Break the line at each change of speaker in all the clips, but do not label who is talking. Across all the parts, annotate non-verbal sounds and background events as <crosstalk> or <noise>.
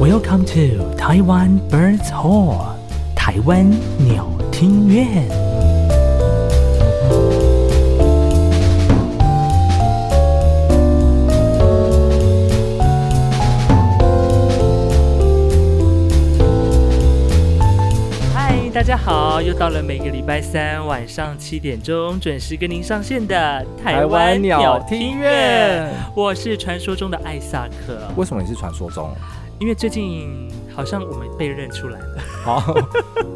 Welcome to Taiwan Birds Hall，台湾鸟听院。嗨，大家好，又到了每个礼拜三晚上七点钟准时跟您上线的台湾鸟听院。我是传说中的艾萨克，
为什么你是传说中？
因为最近好像我们被认出来
<laughs>
了。
好，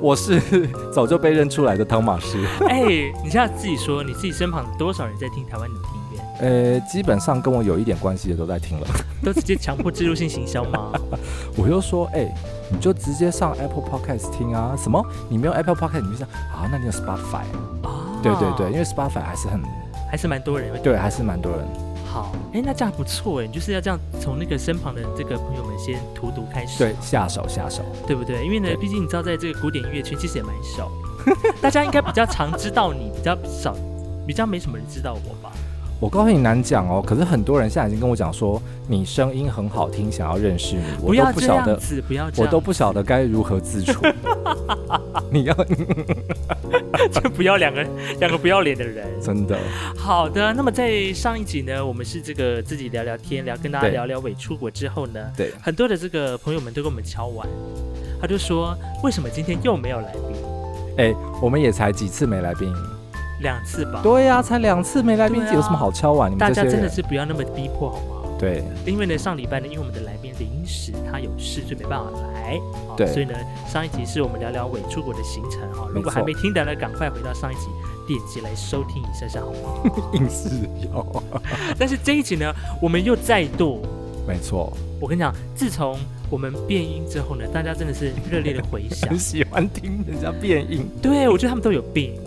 我是 <laughs> 早就被认出来的汤马士。
哎、你现在自己说，你自己身旁多少人在听台湾的音乐？
呃，基本上跟我有一点关系的都在听了。
都直接强迫植入性行销
<laughs>
吗？
我就说，哎、你就直接上 Apple Podcast 听啊。什么？你没有 Apple Podcast，你就想啊，那你有 Spotify？、
啊
对对对，因，为 Spotify 还是很
还是蛮多人会
对，还是蛮多人。
好。哎、那这样不错哎，你就是要这样从那个身旁的这个朋友们先荼毒开始，
对，下手下手。
对不对？因为呢
对，
毕竟你知道，在这个古典音乐圈其实也蛮
<laughs>
少，大家应该比较常知道你，比较少，比较没什么人知道我吧？
我告诉你难讲哦，可是很多人现在已经跟我讲说，你声音很好听，想要认识你，我都
要
不
这
晓
样
得，
子，不要这
我
样，
都不
<laughs>
晓得该如何自 <laughs> 处。你要
这不要两个两个不要脸的人。
真的
好的，那么在上一集呢，我们是这个自己聊聊天，聊跟大家
对
聊聊伪出国之后呢，
对。
很多的这个朋友们都跟我们敲碗，他就说为什么今天又没有来宾？
哎、我们也才几次没来宾。
两次吧，
对呀、才两次没来宾，
对啊
有什么好敲啊？你
大
们
家
这些
真的
人。
是不要那么逼迫好吗？
对，
因为呢，上礼拜呢，因为我们的来宾临时他有事，就没办法来，哦
对
所以呢，上一集是我们聊聊伪出国的行程哈、哦。如果
没错
还没听的呢，赶快回到上一集，点击来收听一下下好吗？
硬是有，
但是这一集呢，我们又再度
<laughs> 没错，
我跟你讲，自从我们变音之后呢，大家真的是热烈的回响 <laughs>
很。喜欢听人家变硬。
对，我觉得他们都有病， <laughs>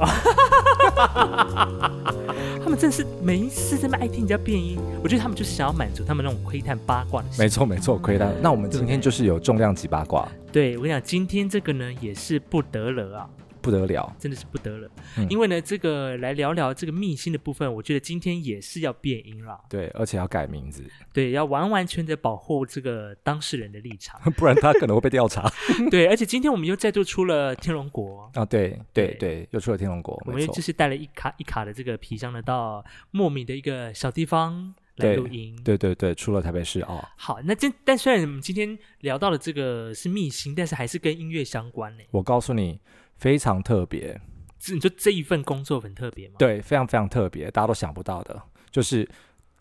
他们真的是每一次这么爱听人家变音，我觉得他们就是想要满足他们那种窥探八卦的心。
没错，没错，亏了。那我们今天
对
就是有重量级八卦，
对我跟你讲，今天这个呢也是不得了啊，
不得了。
真的是不得了，
嗯
因为呢这个来聊聊这个秘辛的部分，我觉得今天也是要变音了，啊
对，而且要改名字， <laughs>
对，要完完全全保护这个当事人的立 <laughs> 场，
不然他可能会被调查 <laughs>
对，而且今天我们又再度出了天龙国。
啊。对，对，
对
对，又出了天龙国，
我
没
们
错
就。是带了一卡一卡的这个皮箱呢，到莫名的一个小地方来
对
录音。
对对对，出了台北市哦。
好，那这但虽然我们今天聊到的这个是秘辛，但是还是跟音乐相关呢。
我告诉你，非常特别，
这你说这一份工作很特别吗？，
对，非常非常特别，大家都想不到的，就是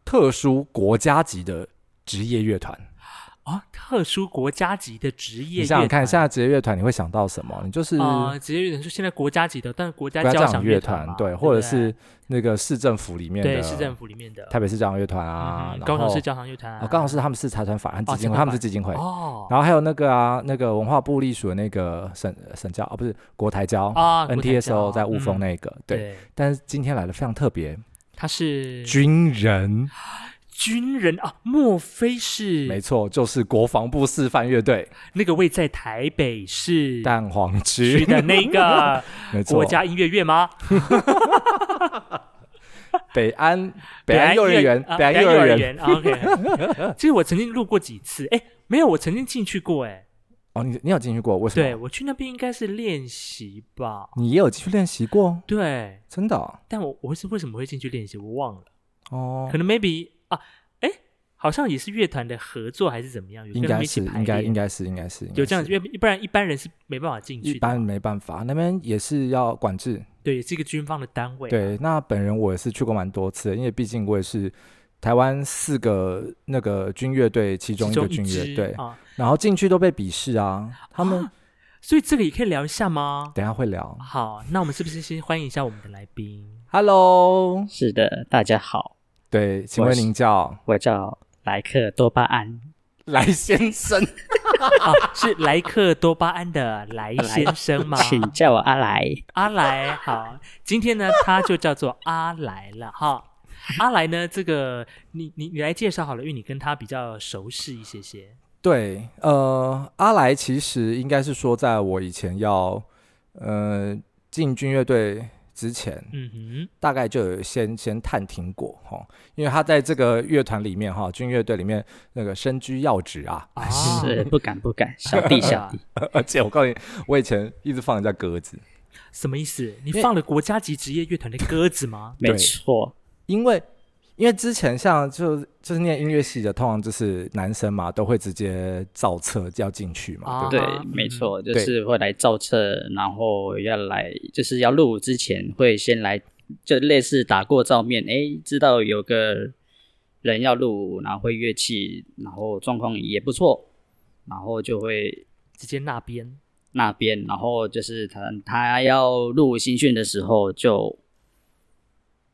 特殊国家级的职业乐团。
哦，特殊国家级的职业乐团，
你想想看，现在职业乐团你会想到什么？你就是
啊、
国
呃，职业乐团是现在国家级的，但是国家
家
交
交
响
响
乐
乐
团
团
嘛，，
对，
不
或者是那个市政府里面的
对市政府里面的
台北市交响乐团啊
嗯，
然
高雄
后
市交响乐团、
啊，高雄市他们是财团法人基金
哦财团
会，
法
他们是基金会。
哦
然后还有那个啊，那个文化部隶属的那个省省交啊，不是国台交
啊国台交
NTSO 在雾峰
嗯
那个，对。
对，
但是今天来的非常特别，
他是
军人，
军人啊，莫非
没
是
错，就是国防部示范乐队
那个位在台北市
蛋黄
去
区，
的那个
<laughs> 没错
国，家音乐院吗？
北安北安幼儿园，
啊
北安
幼
幼儿园
园。啊 OK，其实 <laughs> 我曾经路过几次，哎，没有，我曾经进去过，哎，
哦，你你有进去过？为什么？
对我去那边应该是练习吧？
你也有去练习过？
对，
真的哦
但我我是为什么会进去练习，我忘了，
哦
可，能 maybe 啊，哎，好像也是乐团的合作还是怎么样，有
应
跟他
该
们一起
是，
排
应该
练
应该是，应该是
有这样，子，
应该是
因为不然一般人是没办法进去
一
的，
般没办法，那边也是要管制。
对，也是一个军方的单位，，
对，那本人我也是去过蛮多次的，因为毕竟我也是台湾四个那个军乐队其中
其
一
中
个
一
军乐
支
队，
啊，
然后进去都被鄙视啊。他们
所以这个也可以聊一下吗？
等一下会聊。
好，那我们是不是先欢迎一下我们的来宾？
Hello，
是的，大家好，
对，请
我
问
是
您叫
我叫莱克多巴胺
来先生？
啊，是莱克多巴胺的
<laughs>
莱先生吗？
请叫我阿莱。
阿莱，好，今天呢，他就叫做阿莱了哈。阿莱呢，这个你你你来介绍好了，因为你跟他比较熟识一些些。
对，呃，阿来其实应该是说，在我以前要呃进军乐队之前，
嗯哼，
大概就有先先探听过哦，因为他在这个乐团里面哈，军乐队里面那个身居要职啊， <laughs>
啊，
是不敢不敢，小弟小弟，
而且我告诉你，我以前一直放人家鸽子，
什么意思？你
因为
放了国家级职业乐团的鸽子吗？
没
对
错，
因为因为之前像就就是念音乐系的，通常就是男生嘛，都会直接造册要进去嘛，
啊
对
哦对
不对？，
没错，就
对
是会来造册，然后要来，就是要入伍之前会先来，就类似打过照面，哎，知道有个人要入伍，然后会乐器，然后状况也不错，然后就会
直接那边
那边，然后就是他他要入伍新训的时候就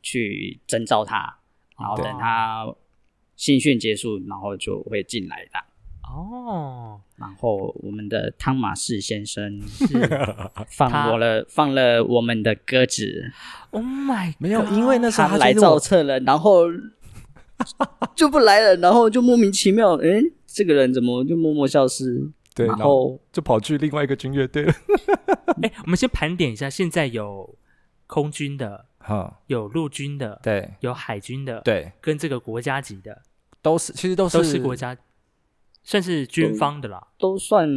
去征召他，然后
对
等他新训结束，然后就会进来的。
哦，
然后我们的汤马士
<laughs>
先生
他
放我了，放了我们的鸽子，
Oh
<laughs>
my，
没有，因为那时候
他
就
来
是我
造册了，然后就不来了，然后就莫名其妙，诶，这个人怎么就默默消失？
对，
然
然后
后
就跑去另外一个军乐队了。 <laughs>
哎，我们先盘点一下，现在有空军的，
哈，
有陆军的，
对
有海军的，，
对，
跟这个国家级的
都是其实都是
都是国家，算是军方的啦。
都算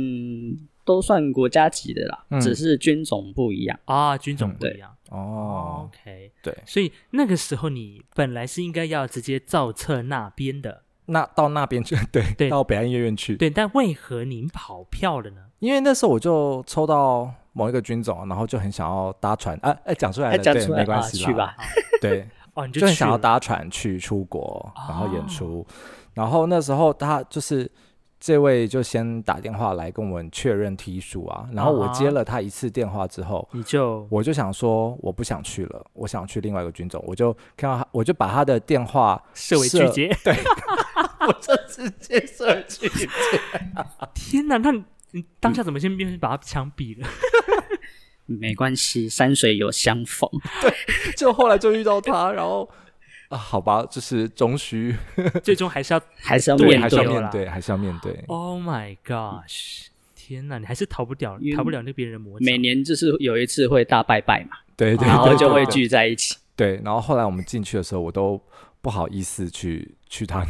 都算国家级的啦，
嗯
只是军种不一样。
啊，军种不
对
一样。
哦，
OK，
对。
所以那个时候你本来是应该要直接造册那边的，
那到那边去， <laughs> 对，
对
到北岸音乐院去。
对，但为何您跑票了呢？
因为那时候我就抽到某一个军种，然后就很想要搭船啊，哎，讲出来
哎，
了，
讲
对
出来
没关
啊，
系
去，吧，
对，
哦，你
就很
去
想要
了
搭船去出国，然后演出。然后那时候他就是这位就先打电话来跟我们确认梯数啊，然后我接了他一次电话之后，
你就
我就想说我不想去了，我想去另外一个军种，我就看到他，我就把他的电话
设为拒接。 <laughs>
我就直接设拒接。
天哪，那你你当下怎么先变成把他枪毙了？ <laughs>
没关系，山水有相逢。
就后来就遇到他，然后 <laughs> 啊，好吧，就是终须
最终还是要
还是要
对
面
还是要
对，哦
面对，还是要面对。
Oh my gosh！天哪，你还是逃不掉
因，为
逃不了那别人的魔掌。
每年就是有一次会大拜拜嘛，
对对对，
哦然后就会
对
聚在一起。
对。然后后来我们进去的时候，我都不好意思去去他，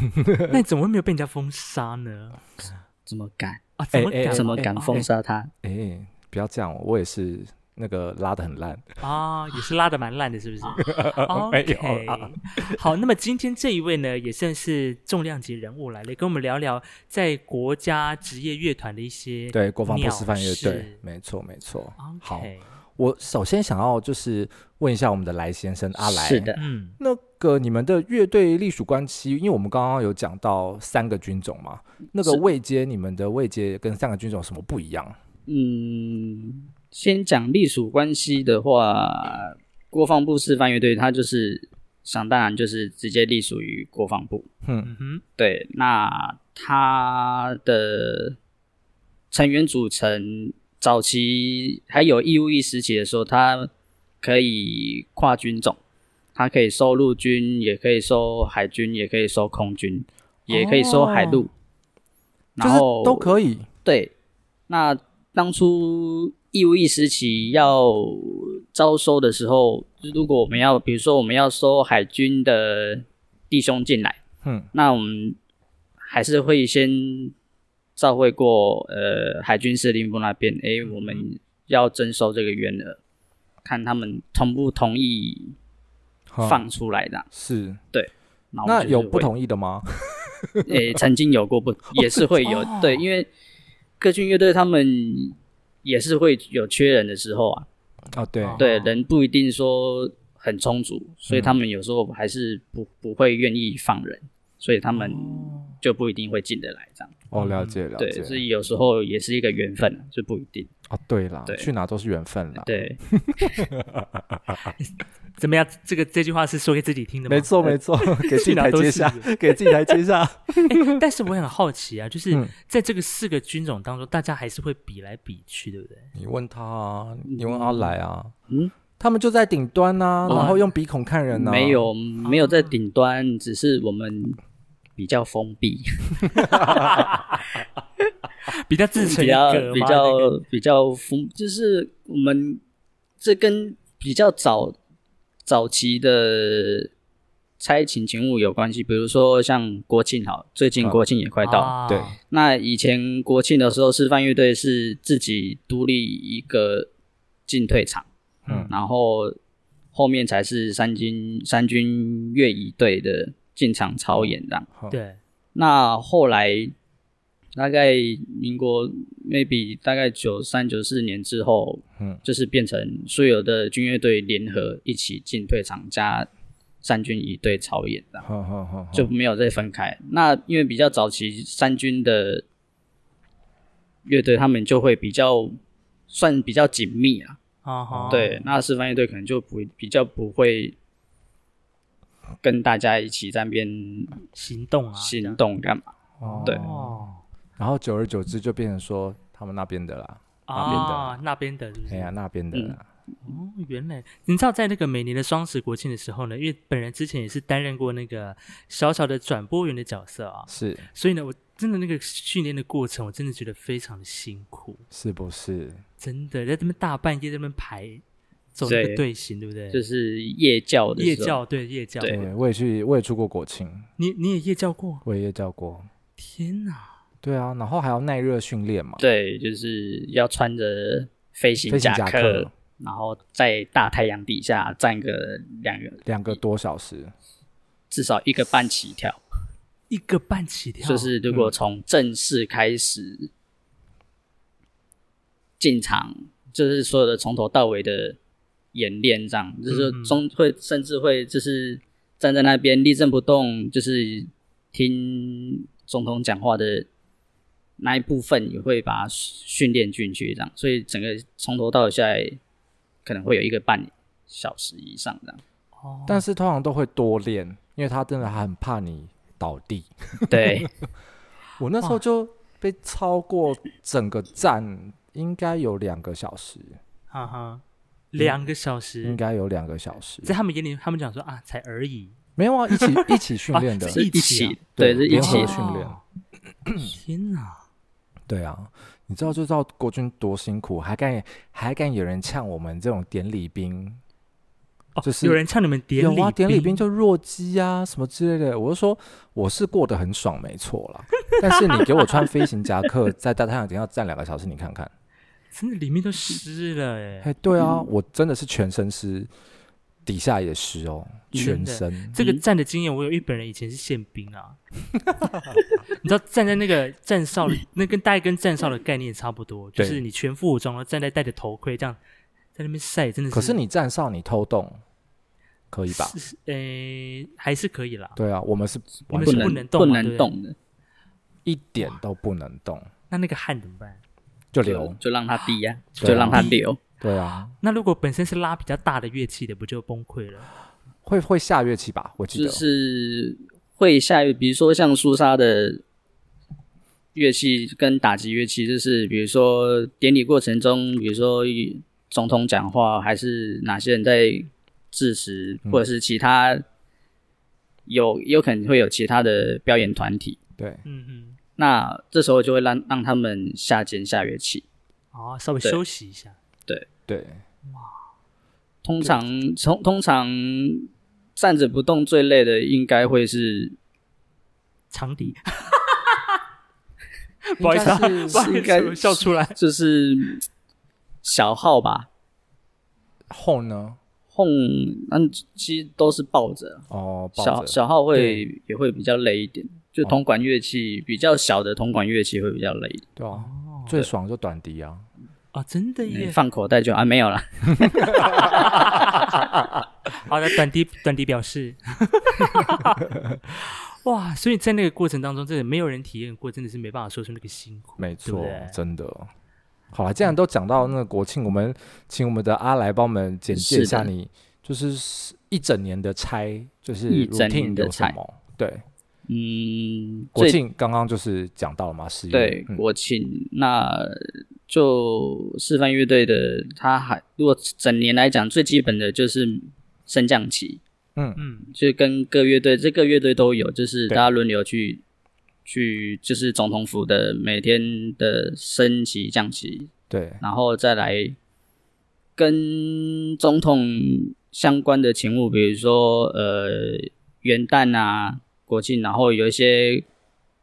那你怎么会没有被人家封杀呢？
怎么敢？
啊，怎么
哎
敢？
哎
怎么敢封杀他？
哎，不要这样，我也是那个拉的很烂。
啊？也是拉的蛮烂的，是
<laughs>
不是
没
？OK，
有啊啦
好，那么今天这一位呢，也算是重量级人物来了，跟我们聊聊在国家职业乐团的一些
对，国防部
鸟
示范乐队
事，
没错没错。好
OK，
我首先想要就是问一下我们的来先生阿来，
是的，
嗯，
那个你们的乐队隶属关系，因为我们刚刚有讲到三个军种嘛，那个
是
位阶，你们的位阶跟三个军种有什么不一样？
嗯，先讲隶属关系的话，国防部示范乐队它就是想当然就是直接隶属于国防部。
嗯哼，
对，那它的成员组成，早期还有义务役时期的时候，它可以跨军种，它可以收陆军，也可以收海军，也可以收空军，也可以收海陆，
哦就
然
是
后
都可以
对，那当初义务役时期要招收的时候，如果我们要，比如说我们要收海军的弟兄进来，
嗯，
那我们还是会先照会过呃海军司令部那边，诶，
嗯
我们要征收这个员额，看他们同不同意
哈
放出来的。
是。
那我们
那
就是
有不
会
同意的吗？
诶、曾经有
<laughs>
过不，也是会有、
哦
对，因为各军乐队他们也是会有缺人的时候啊，
啊，对，
哦
对，人不一定说很充足，所以
嗯
他们有时候还是不不会愿意放人，所以他们就不一定会进得来这样。
哦，了解了
对，所
解。
以有时候也是一个缘分啊，就不一定。
哦，对啦，
对
去哪都是缘分啦。
对，
怎么样？这个这句话是说给自己听的吗
没？错没错， <laughs> 给自己
去哪
台
都
阶
是
<laughs>
下，给自己台阶下。
哎但是我很好奇啊，就是
嗯
在这个四个军种当中，大家还是会比来比去，对不对？
你问他啊，你问阿来啊，
嗯
他们就在顶端呐，
哦
然后用鼻孔看人呐。啊
没有没有在顶端，只是我们比较封闭，
比较
<laughs>
自成
比
一
较
格
比
吗
较比较封，就是我们这跟比较早早期的拆请勤务有关系，比如说像国庆好，最近
嗯
国庆也快到了，
啊
对
那以前国庆的时候，示范乐队是自己独立一个进退场，
嗯
然后后面才是三军三军乐仪队的进场操演这样。
好
对，
那后来大概民国 maybe 大概九三九四年之后，
嗯
就是变成所有的军乐队联合一起进退场加三军仪队操演这样。
好好好，
就没有再分开。那因为比较早期三军的乐队，他们就会比较算比较紧密啊。
啊哈，
对，那示范乐队可能就不比较不会跟大家一起在那边
行动啊，这
行
样
动干嘛？对
哦，
然后久而久之就变成说他们那边的啦，那边的
啊，那边的是不
嗯
哎
是
呀那边的啦，
哦，原来你知道，在那个每年的双十国庆的时候呢，因为本人之前也是担任过那个小小的转播员的角色啊，
是
所以呢，我真的那个训练的过程，我真的觉得非常的辛苦，
是不是？
真的在这边大半夜在那边排走那个
对
队形，对不对？
就是夜教的时
夜
候，
教，对夜教，
对
对，我也去，我也出过国庆，
你你也夜教过？
我也叫过。
天哪！
对啊，然后还要耐热训练嘛，
对，就是要穿着飞行
飞行夹
夹克
克，
然后在大太阳底下站个两个，
两个多小时，
至少一个半起跳。
一个半起跳，
就是如
嗯
果从正式开始进场，就是所有的从头到尾的演练，这样就是
嗯
说中会甚至会就是站在那边立正不动，就是听总统讲话的那一部分也会把它训练进去，这样，所以整个从头到尾下来可能会有一个半小时以上这样。
哦，
但是通常都会多练，因为他真的很怕你倒地。
<laughs>
对，
我那时候就被超过整个站，应该有两个小时，
哈哈，两个小时
啊应，该有两个小时，
嗯在他们眼里，他们讲说啊，才而已，
没有啊，一起一起训练的
啊，
<laughs> 是
一
一
起啊
起，对，是一
联合
起
的训练
哦。天哪！
对啊，你知道就知道国军多辛苦，还敢还敢有人呛我们这种典礼兵，
哦
就是
有人唱你们典
有
礼
啊，典礼兵就弱鸡啊什么之类的。我就说我是过得很爽，没错啦。但是你给我穿飞行夹克，在大太阳底下站两个小时，你看看，
真的里面都湿了哎。
哎，对啊，我真的是全身湿，底下也湿哦，全身。
这个站的经验，我有一本人以前是宪兵啊， <laughs> 你知道站在那个站哨，
<laughs>
那跟大概跟站哨的概念差不多，就
对
是你全副武装，然后站在戴着头盔这样在那边晒，真的是。
可是你站哨，你偷动可以吧？
是是诶，还是可以啦。
对啊，我们是
你们
完
是
全
不能动嘛对不
不能
对
动的，
一点都不能动，
那那个汗怎么办？
就
就
流。
就让它滴呀、
对啊
就让它流。
对啊，
那如果本身是拉比较大的乐器的，不就崩溃了？
会会下乐器吧？我记得。
就是会下雨，比如说像苏莎的乐器跟打击乐器，就是比如说典礼过程中，比如说总统讲话，还是哪些人在致辞，
嗯
或者是其他有有可能会有其他的表演团体，
对，
嗯嗯，
那这时候就会让让他们下弦下乐器。
哦，稍微
对
休息一下。
对，
通常从通常站着不动最累的，应该会是
长笛，
嗯
<laughs> 不好意思啊，
应该
<laughs> 不好
应
意
该
思，我笑出来。
就是嗯小号吧，
后呢？
轰，嗯，其实都是抱着，
哦，抱
小
着
小号会也会比较累一点，就铜管乐器比较小的铜管乐器会比较累一点，
对啊，最爽就短笛啊。
哦，真的耶
你！放口袋就啊没有了，
好的，短笛短笛表
<laughs>
示， <laughs> 哇！所以在那个过程当中，真的没有人体验过，真的是没办法说出那个辛苦。
没
对不
错
对，
真的。好了，既然都讲到那个国庆，我们请我们的阿来帮我们简介一下
是的
你，就是一整年的差，就是
一整年
routine
的
有
差
什么？对，
嗯，
国
最
庆刚刚就是讲到了嘛，十一
对
嗯
国庆，那就示范乐队的，他还如果整年来讲，最基本的就是升降旗，
嗯
嗯，
就跟各乐队，这各乐队都有，就是大
对
家轮流去去，就是总统府的每天的升旗降旗，
对
然后再来跟总统相关的勤务，比如说呃元旦啊、国庆，然后有一些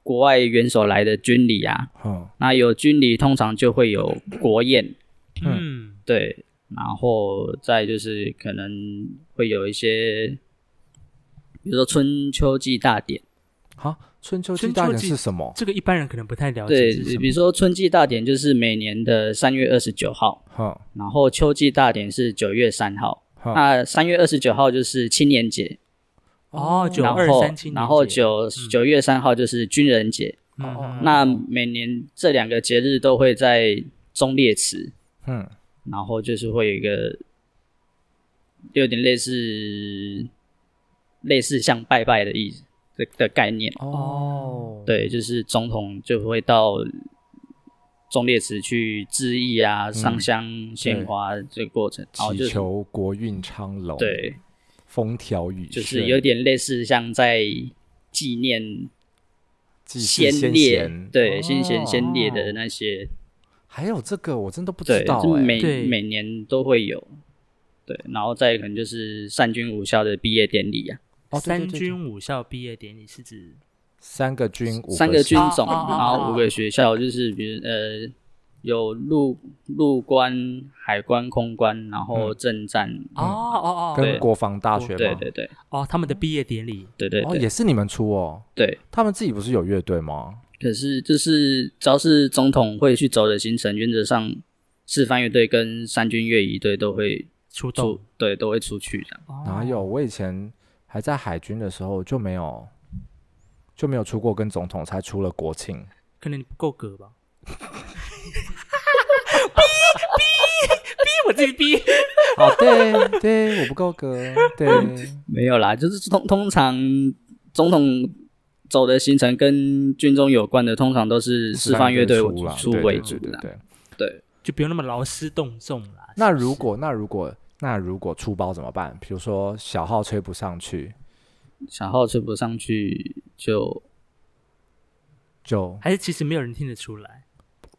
国外元首来的军礼啊，
嗯
那有军礼通常就会有国宴，
嗯，
对，然后再就是可能会有一些，比如说春秋季大典，
好，春秋季
春
大
秋
典
季
是什么？
这个一般人可能不太了解
对
是什，么
比如说春季大典就是每年的三月二十九号，
哼
然后秋季大典是九月三号，
哼
那三月二十九号就是青年节，
哦，九
然
二
后
三青年节
然后九九月三号就是军人节，
嗯嗯
哦那每年这两个节日都会在忠烈祠，
嗯，
然后就是会有一个有点类似类似像拜拜的意思的的概念。
哦，
对，就是总统就会到忠烈祠去致意啊、上香献花这个过程，然哦后就
嗯祈
是
求国运昌隆，，
对，
风调雨
就
顺，
是有点类似像在纪念
祭祀
先
先
烈
贤，，
对先贤
哦
先烈的那些，
还有这个我真的不知
对，
道
就
哎、
每
对
每年都会有。对，然后再可能就是善君武校的毕业典礼啊，
哦，对
三
对对对
军武校毕业典礼是指
三个军，五
三个
校
军种，
哦哦哦
然后五个学校，就是比如呃有陆陆关、海关、空关，然后政战，
哦哦哦，
跟
嗯对
国防大嗯学吗？
对对对
哦，他们的毕业典礼
对对
哦，
对
也是你们出哦。
对。
他们自己不是有乐队吗？
可是就是只要是总统会去走的行程，原则上示范乐队跟三军乐仪队都会
出动
出，，对，都会出去这样。
哦
哪有？我以前还在海军的时候就没有就没有出过跟总统，才出了国庆。
可能你不够格吧。逼逼逼！我自己逼。
哦，对对，我不够格，
<laughs>
对，
没有啦，就是通通常总统走的行程跟军中有关的，通常都是示范乐队
出
为
啦
出
对
为
对
主
对
的
对。对
对，
就不用那么劳师动众啦。
那如果那如果那如果出包怎么办？比如说小号吹不上去，
小号吹不上去就
就
还是其实没有人听得出来。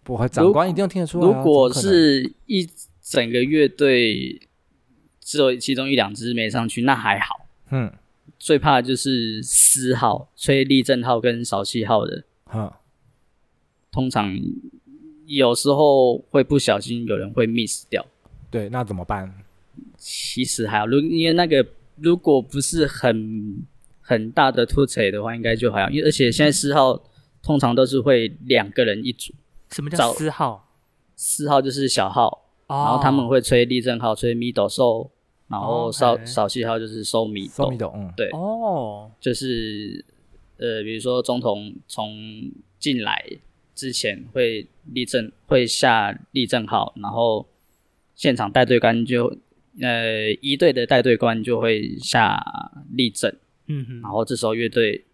不会，长官一定听得出来啊、
如果
怎么可能
是一整个乐队只有其中一两支没上去，那还好。
嗯
最怕的就是丝号、吹立正号跟扫气号的，
哼
通常有时候会不小心有人会 miss 掉。
对，那怎么办？
其实还好，如因为那个如果不是很很大的突锤的话，应该就还好。因为而且现在四号通常都是会两个人一组，
什么叫
早
私号？
四号就是小号，
哦，
然后他们会吹立正号、吹 middle 收，然后
哦
扫
，OK
扫气号就是收
搜米
middle，
的，嗯，
对，
哦，
就是呃，比如说总统从进来之前会立正，会下立正号，然后现场带队官就呃一队的带队官就会下立正，
嗯
然
哼，
后这时候乐队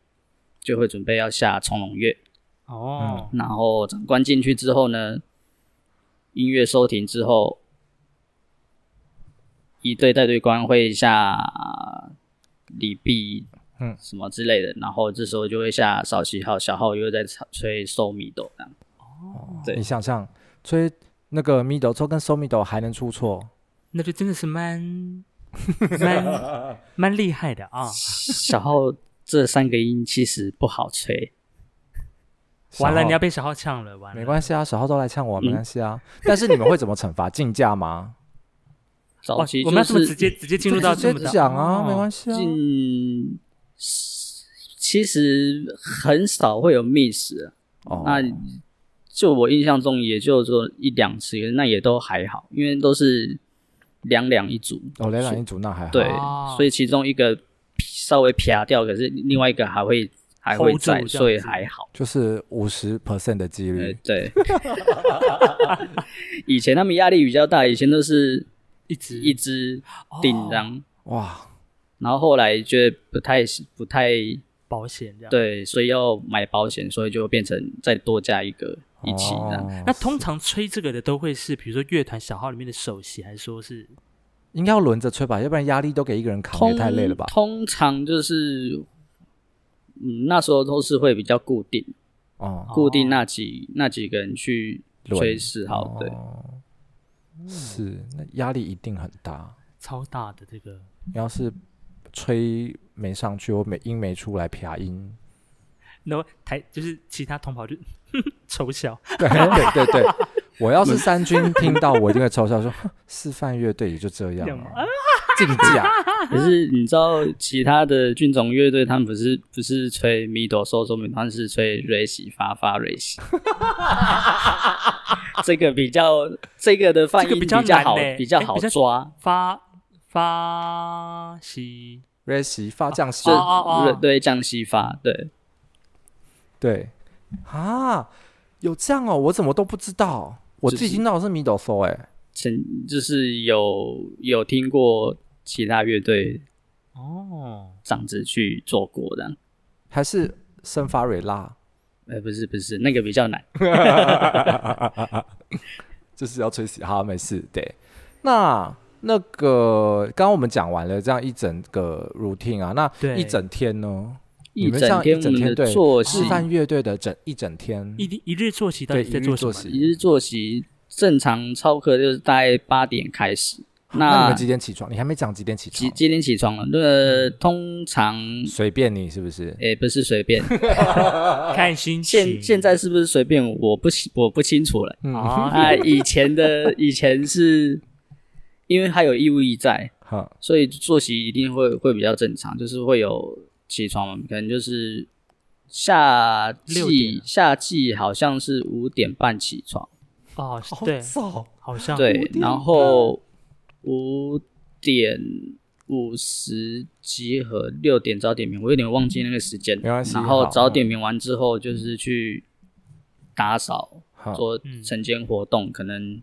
就会准备要下从容乐，
哦，
然后长官进去之后呢，音乐收停之后，一队带队官会下礼毕，
嗯
什么之类的，然后这时候就会下扫息号，小号又在吹收米豆这样。对
你想象吹那个 middle 抽跟 so middle 还能出错，
那就真的是蛮
<laughs>
蛮蛮厉害的啊！
小号这三个音其实不好吹，
完了，
小号
你要被小号呛了，完了，
没关系啊，小号都来呛我，
嗯
没关系啊。但是你们会怎么惩罚？竞价吗？
<laughs>
早
哇
期
我们
就
要这么直
是
接直接进入到
直
这么哦
接
的
讲啊，没
系。
关系啊。
哦进。其实很少会有 miss，啊、
哦
那就我印象中也就说一两次，那也都还好，因为都是两两一组，
哦，雷朗一组那还好。
对，
哦
所以其中一个稍微撇掉，可是另外一个还会还会
Hold 住这
在，
样子
所以还好。
就是五十 percent 的几
呃
率，，
对， <laughs> 以前他们压力比较大，以前都是
一直
一支
哦
顶张，
哇，
然后后来觉得不太不太
保险这样。，
对，所以要买保险，所以就变成再多加一个一起这样。
哦
那通常吹这个的都会是，比如说乐团小号里面的首席，还是说是
应该要轮着吹吧，要不然压力都给一个人扛
通
也太累了吧？
通常就是，嗯，那时候都是会比较固定，
哦，
固定那几、那几个人去
轮哦
吹四号，对，
哦是，那压力一定很大。
超大的这个，
你要是吹没上去，我没音没出来，啪音。 <laughs>
然后台就是其他同袍就 <laughs> 丑小，
对对对对，我要是三
<laughs>
军听到，我一定会嘲笑说，哼示范乐队也就这
这样
样
吗
啊， <laughs> 竞价。
啊
可是你知道其他的军种乐队，他们不是不是吹米哆嗦嗦米，他们是吹瑞喜发发瑞
<laughs>
喜，这个比较这个的发
这
音
个比
比
较
较
难
好
欸，
比较
欸
好
比较
抓。
发发西
r e s 发降息
哦，哦
对
哦，
对，降西发，对，
对啊，有这样哦，我怎么都不知道，我自己听到的是米哆嗦哎，
曾就是有有听过其他乐队
哦，
这样子去做过的，
还是生发瑞拉，
呃，不是不是，那个比较难。
就是要吹死。好，没事，对。那那个刚刚我们讲完了这样一整个 routine 啊，那
对
一整天呢？
一
你们这样
整天
一
我
整
们
天
的
对
作息
示，范乐队的整一整天，
一日一日作息到
对
底在
一
做
日
什
作
么？
息
一。日作息正常操课就是大概八点开始。
那你
那
们几点起床？你还没讲几点起
几
床？
几点起床了？那个通常
随便你是不是？
诶、不是随
<laughs>
便，
看心情。
现现在是不是随便？我不清我不清楚了。
嗯
啊，
啊，以前的以前是因为还有义务役在，
好，
所以作息一定会会比较正常，就是会有起床，可能就是夏
六点
啊
季夏季好像是五点半起床。
哦，
好
对，
早，
好像
对，然后五点五十集合，六点早点名，我有点忘记那个时间。
没关系
然后
好
早点名完之后，就是去打扫，
好，
做
嗯
晨间活动，可能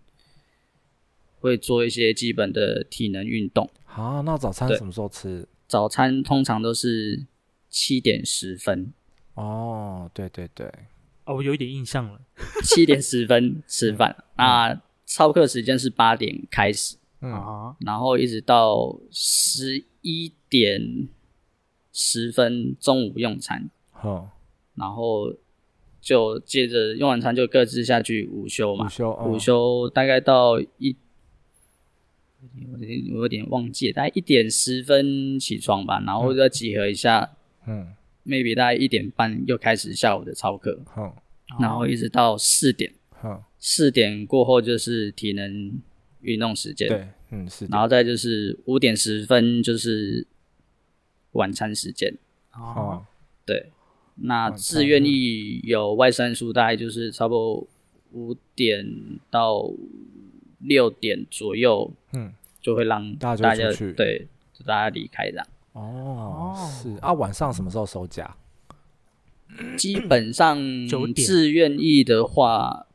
会做一些基本的体能运动。
好，那早餐
对
什么时候吃？
早餐通常都是七点十分， <laughs>
哦，对对对，
哦，我有一点印象了。
七点十分吃饭。那操课时间是八点开始。
嗯，
啊，
然后一直到十一点十分中午用餐，
好，
然后就接着用完餐就各自下去午休嘛
午。休，
午
嗯，
休大概到一，我有点我有点忘记了，大概一点十分起床吧，然后再集合一下、
嗯，
m a y b e 大概一点半又开始下午的操课，
好，
然
哦
后一直到四点，
好，
四点过后就是体能运动时间。
对，嗯，是
然
的，
后再就是五点十分就是晚餐时间。
哦，
哦，
对，那
晚餐
自愿意有外三书，大概就是差不多五点到六点左右
嗯，
就会让
大家就
大家
出去
对就大家离开这样。
哦，是啊，晚上什么时候收假？
基本上
九点
自愿意的话，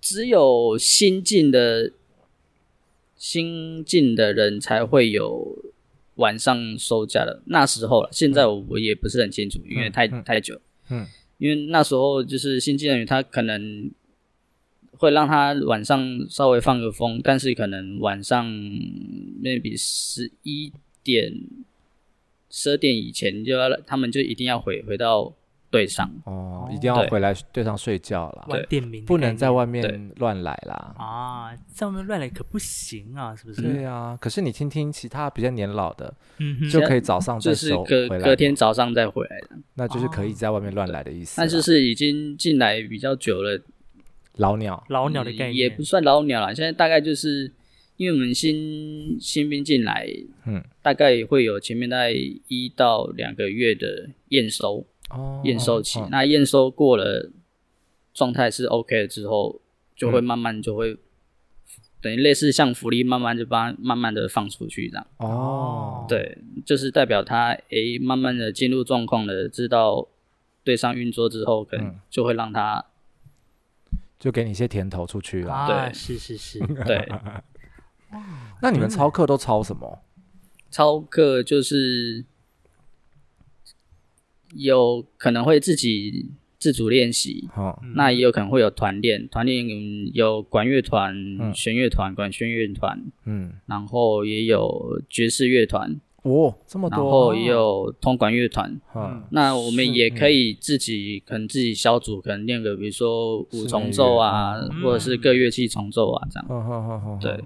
只有新进的新进的人才会有晚上收假的。那时候了，现在我我也不是很清楚，因为太、
嗯
太久。
嗯，
因为那时候就是新进人员，他可能会让他晚上稍微放个风，但是可能晚上 maybe 十一点十二点以前就要他们就一定要回回到队上。
哦，一定要
对
回来队上睡觉啦，
晚点名的
不能
概
在
念
外面乱来啦。
啊，在外面乱来可不行啊，是不是？
对啊，可是你听听其他比较年老的，
嗯哼，
就可以早上
就
再
是
收
隔
回来，
隔天，早上再回来的，
那就是啊可以在外面乱来的意思啦。
但就是已经进来比较久了，
老鸟，
老鸟的概念
也不算老鸟了。现在大概就是因为我们新新兵进来，
嗯，
大概会有前面大概一到两个月的验收
哦，
验收期。
哦
那验收过了，状态是 OK 了之后，就会慢慢就会、等于类似像福利，慢慢就把它慢慢的放出去这样。
哦，
对，就是代表他诶、慢慢的进入状况了，知道对上运作之后，可能
嗯
就会让他、
就给你一些甜头出去啦。
啊，
对
是是是，
<laughs> 对
那你们操课都操什么？
嗯超课就是有可能会自己自主练习，嗯
哦，
那也有可能会有团练，团练嗯有管乐团、
嗯
弦乐团、管弦乐团，
嗯，
然后也有爵士乐团，
哦，这么
然
多，
后也有铜管乐团。
嗯，
那我们也可以自己，可能自己小组，可能练个，比如说五重奏啊，
嗯
嗯
或者是各乐器重奏啊，这样。
嗯哼哼哼哼
对，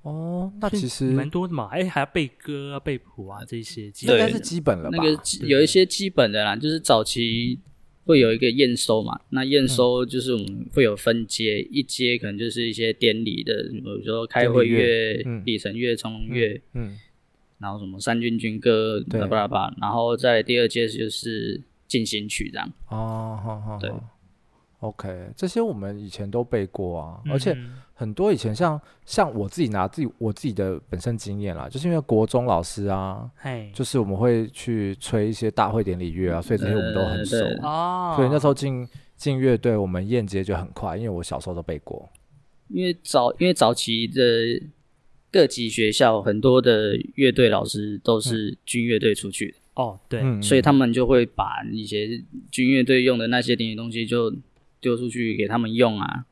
哦，那其实
蛮多的嘛，哎，还要背歌啊、背谱啊这些，
应该
对
是基本了吧？
那个基有一些基本的啦，就是早期会有一个验收嘛，那验
嗯
收就是我们会有分阶，一阶可能就是一些典礼的，比如说开会乐
典礼乐嗯、
礼成乐、冲乐，
嗯，然
然后什么三军军歌，
对
巴拉巴拉巴拉，然后再第二阶就是进行曲这样。
哦，好好
对
好，OK，这些我们以前都背过啊，
嗯
而且很多以前像像我自己拿自己我自己的本身经验啦，就是因为国中老师啊，
哎，
就是我们会去吹一些大会典礼乐啊，所以这些我们都很熟。
嗯对对对
哦，
所以那时候进进乐队，我们验阶就很快，因为我小时候都背过。
因为早因为早期的各级学校很多的乐队老师都是军乐队出去的，
哦，对，
嗯，
所以他们就会把一些军乐队用的那些点东西就丢出去给他们用啊，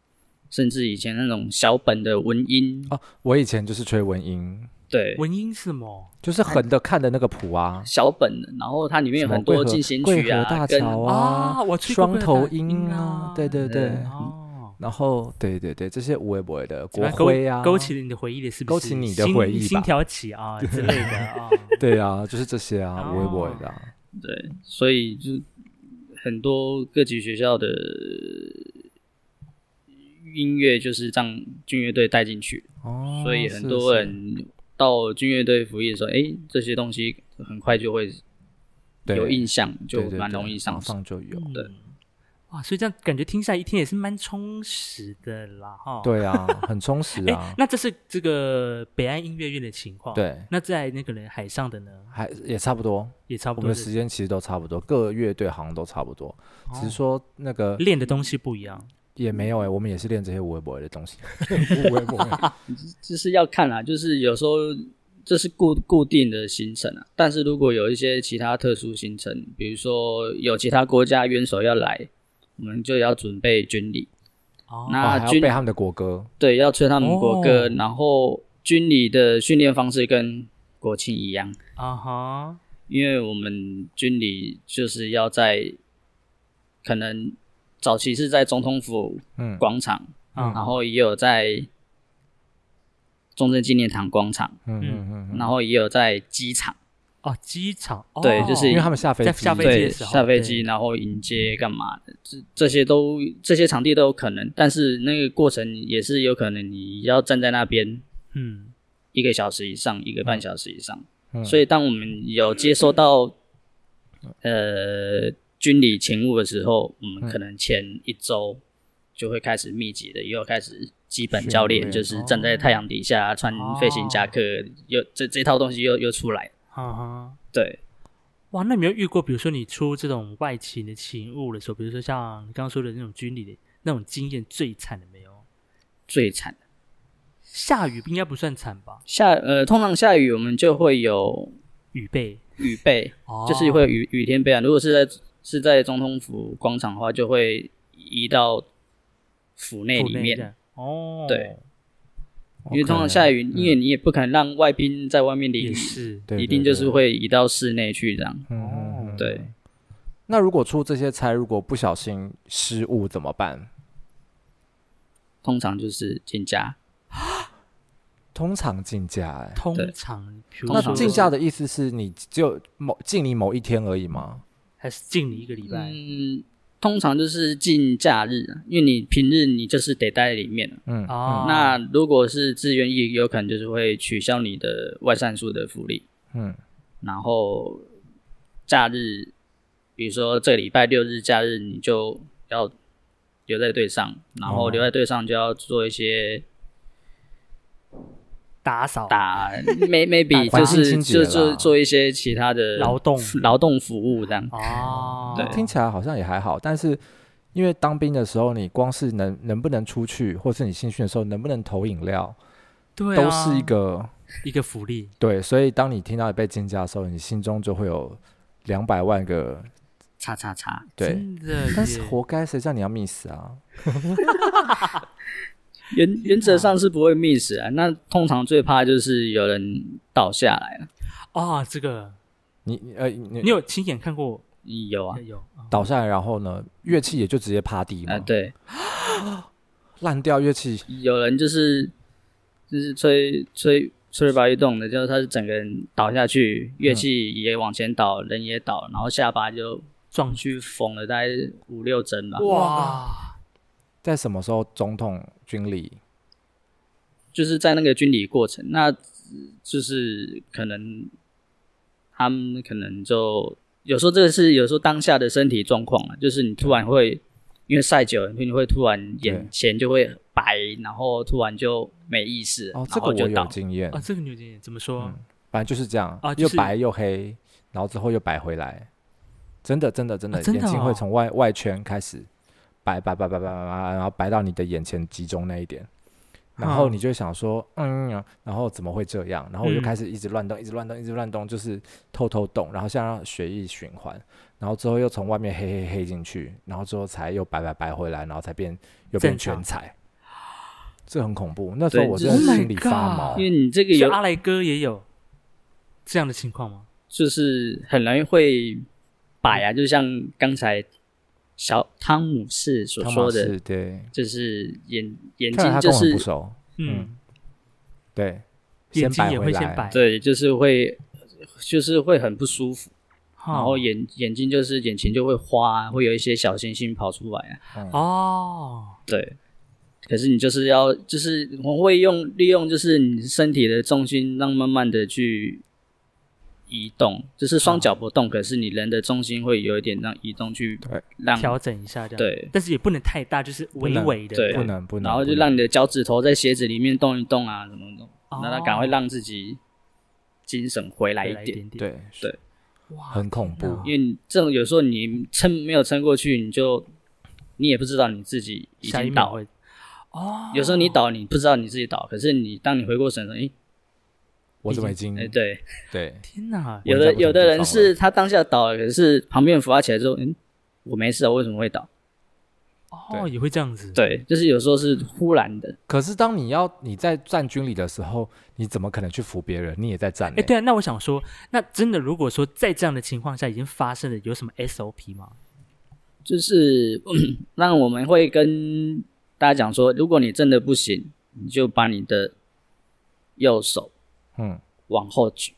甚至以前那种小本的文音，
哦，我以前就是吹文音，
对，
文音是什么？
就是横的看的那个谱啊，
小本的，然后它里面
什
有
么
很多
桂河
进行
桂
曲
河
啊，
大
跟
桥
啊
啊
我，去过
双头
桂河大音啊
对对对。
嗯
哦，
然后对对对，这些无为不为的
怎
国
么样
徽啊，
勾勾起了你的回忆的，是不是？
勾起你的回忆吧
心心挑起
<laughs>
啊之类的啊。
对啊，就是这些啊，
哦
无为不为的啊。
对，所以就很多各级学校的音乐就是让军乐队带进去，
哦，
所以
是
很多
是
人到军乐队服役的时候，哎、这些东西很快就会
对
有印象，
对
就
对
蛮
对
容易上
马
手。
上就有。
对
嗯哇，所以这样感觉听下来一天也是蛮充实的啦，哈。。<laughs>
对啊，很充实
哎
啊，。
那这是这个北岸音乐院的情况。。
对，
那在那个人海上的呢，
还也差不多。
也差不
我
多
们的
是
时间其实都差不多，各乐队好像都差不多，
哦
只是说那个
练的东西不一样。
也没有哎、我们也是练这些无微不为的东西，
<laughs>
无微不 <laughs> 为。
就是要看啦，就是有时候这是固固定的行程啊，但是如果有一些其他特殊行程，比如说有其他国家元首要来，我们就要准备军礼。
哦
哦还
那
要
军
背他们的国歌，
对，要吹他们国歌，
哦
然后军礼的训练方式跟国庆一样，
啊哈，
因为我们军礼就是要在可能早期是在总统府
嗯，
广场，
嗯
然后也有在中正纪念堂广场，
嗯嗯嗯嗯，
然后也有在机场，
哦，机场。哦
对就是
因为他们下飞
在
机，
下飞机
对，
的时候
下飞
对
机然后迎接干嘛的，这这些都这些场地都有可能，但是那个过程也是有可能你要站在那边
嗯，
一个小时以上，一个半小时以上。
嗯
所以，当我们有接收到呃军礼勤务的时候，我
嗯
们可能前一周就会开始密集的，又开始基本教练，
训练
就是站
哦
在太阳底下、穿飞行夹克，又这这套东西又又出来。
啊哈。
对，
哇，那有没有遇过，比如说你出这种外勤的勤务的时候，比如说像你刚刚说的那种军礼的那种经验最惨的没有？
最惨的
下雨应该不算惨吧？
下呃，通常下雨我们就会有
雨备，
雨备，
哦
就是会有雨雨天备案。如果是在是在总统府广场的话，就会移到府内
府
里
内
面
这。样哦，
对，
嗯 OK，
因为通常下雨，因为
哦嗯
你也不可能让外宾在外面淋
也
雨，
是
对
一定就是，会移到室内去这样。
对对嗯嗯嗯
对，
那如果出这些差，如果不小心失误怎么办？
通常就是进家，
通常竞价哎，
通常，比如
通
那
常
说
竞
进
价的意思是你只有某禁你某一天而已吗？
还是近你一个礼拜，
嗯，通常就是进假日啊，因为你平日你就是得待在里面了。啊
嗯，
哦
那如果是自愿意，有可能就是会取消你的外散数的福利，
嗯，
然后假日，比如说这个礼拜六日假日，你就要留在队上，然后
哦
留在队上就要做一些
打扫
打 <laughs> may- maybe
环
就
境
是
清洁
就
啦
做做一些其他的
劳动
劳动服务这样。
哦，
对
听起来好像也还好，但是因为当兵的时候，你光是能能不能出去，或是你新训的时候能不能投饮料，
对啊
都是一个
一个福利，
对，所以当你听到你被禁驾的时候，你心中就会有两百万个
叉叉叉，
对。
真的耶，
但是活该，谁叫你要 miss 啊？
原原则上是不会 miss 啊。那通常最怕就是有人倒下来了，
啊，这个
你呃，你
你有亲眼看过？
有啊，
有啊
倒下来，然后呢，乐器也就直接趴地嘛，
啊、对，
烂掉乐器，
有人就是就是吹吹吹吧运动的，就是他是整个人倒下去，乐器也往前倒，人也倒，然后下巴就
撞去，
去缝了大概五六针吧。
哇，
在什么时候总统军礼？
就是在那个军礼过程，那就是可能他们可能就有时候这个是有时候当下的身体状况啊，就是你突然会因为晒久了，你会突然眼
对
前就会白，然后突然就没意识，
哦，这个
然
我
后就
有
倒。
经验
啊，，这个牛经验怎么说？
反正就是这样
啊，就
又
是
白又黑，然后之后又白回来，真的真的真的，
啊真的
眼睛会
哦
从外外圈开始白白白白白白白，然后白到你的眼前集中那一点。然后
嗯
你就想说，嗯，然后怎么会这样？然后我就
嗯
开始一直乱动，一直乱动，一直乱动，就是偷偷动，然后先让血液循环，然后之后又从外面黑黑黑进去，然后之后才又白白白回来，然后才变又变
正常
全彩，这很恐怖。那时候
对
我
就
真的
是
是
Oh my
心里发
God
毛，
因为你这个
所
有
以阿来哥也有这样的情况吗？
就是很容易会摆啊，就像刚才小汤姆士所
汤马
说
士
的，
对，
就是眼眼
看来他
睛就
跟我很
是
不熟，
嗯，
对，
眼
先
睛
摆
也
回
会先
来
白，
对，就是会就是会很不舒服，
哈，
然后眼眼睛就是眼前就会花啊，会有一些小星星跑出来啊，
嗯
哦，
对。可是你就是要，就是我会用利用，就是你身体的重心，让慢慢的去移动，就是
啊
双脚不动，可是你人的重心会有一点让移动去
对
让
调整一下这样，，
对，
但是也不能太大，就是微
能
微的这
对
样，
不能不能，
然后就
不
让
能
你的脚趾头在鞋子里面动一动啊，什么的，
哦
那它赶快让自己精神回来
回
一
来一点
点。
啊点，
对
对
哇，
很恐
天
怖
哪，
因为你这种有时候你撑没有撑过去，你就你也不知道你自己已
下一
经
秒
倒
会
了。
哦，
有时候你倒，你不知道你自己倒，可是你当你回过神来，诶，
我怎么已经
哎，对，
对
天哪，
嗯
有
我也在
的
不同
有的
地
人
方
是他当下倒了，可是旁边人扶他起来之后，嗯，我没事啊，为什么会倒？
哦，
对
也会这样子，
对，就是有时候是忽然的，
可是当你要你在站军里的时候，你怎么可能去扶别人？你也在站
哎、
呢。
对啊，那我想说，那真的如果说在这样的情况下已经发生了，有什么 SOP 吗？
就是 <clears throat> 那我们会跟大家讲说，如果你真的不行，你就把你的右手
嗯，
往后举，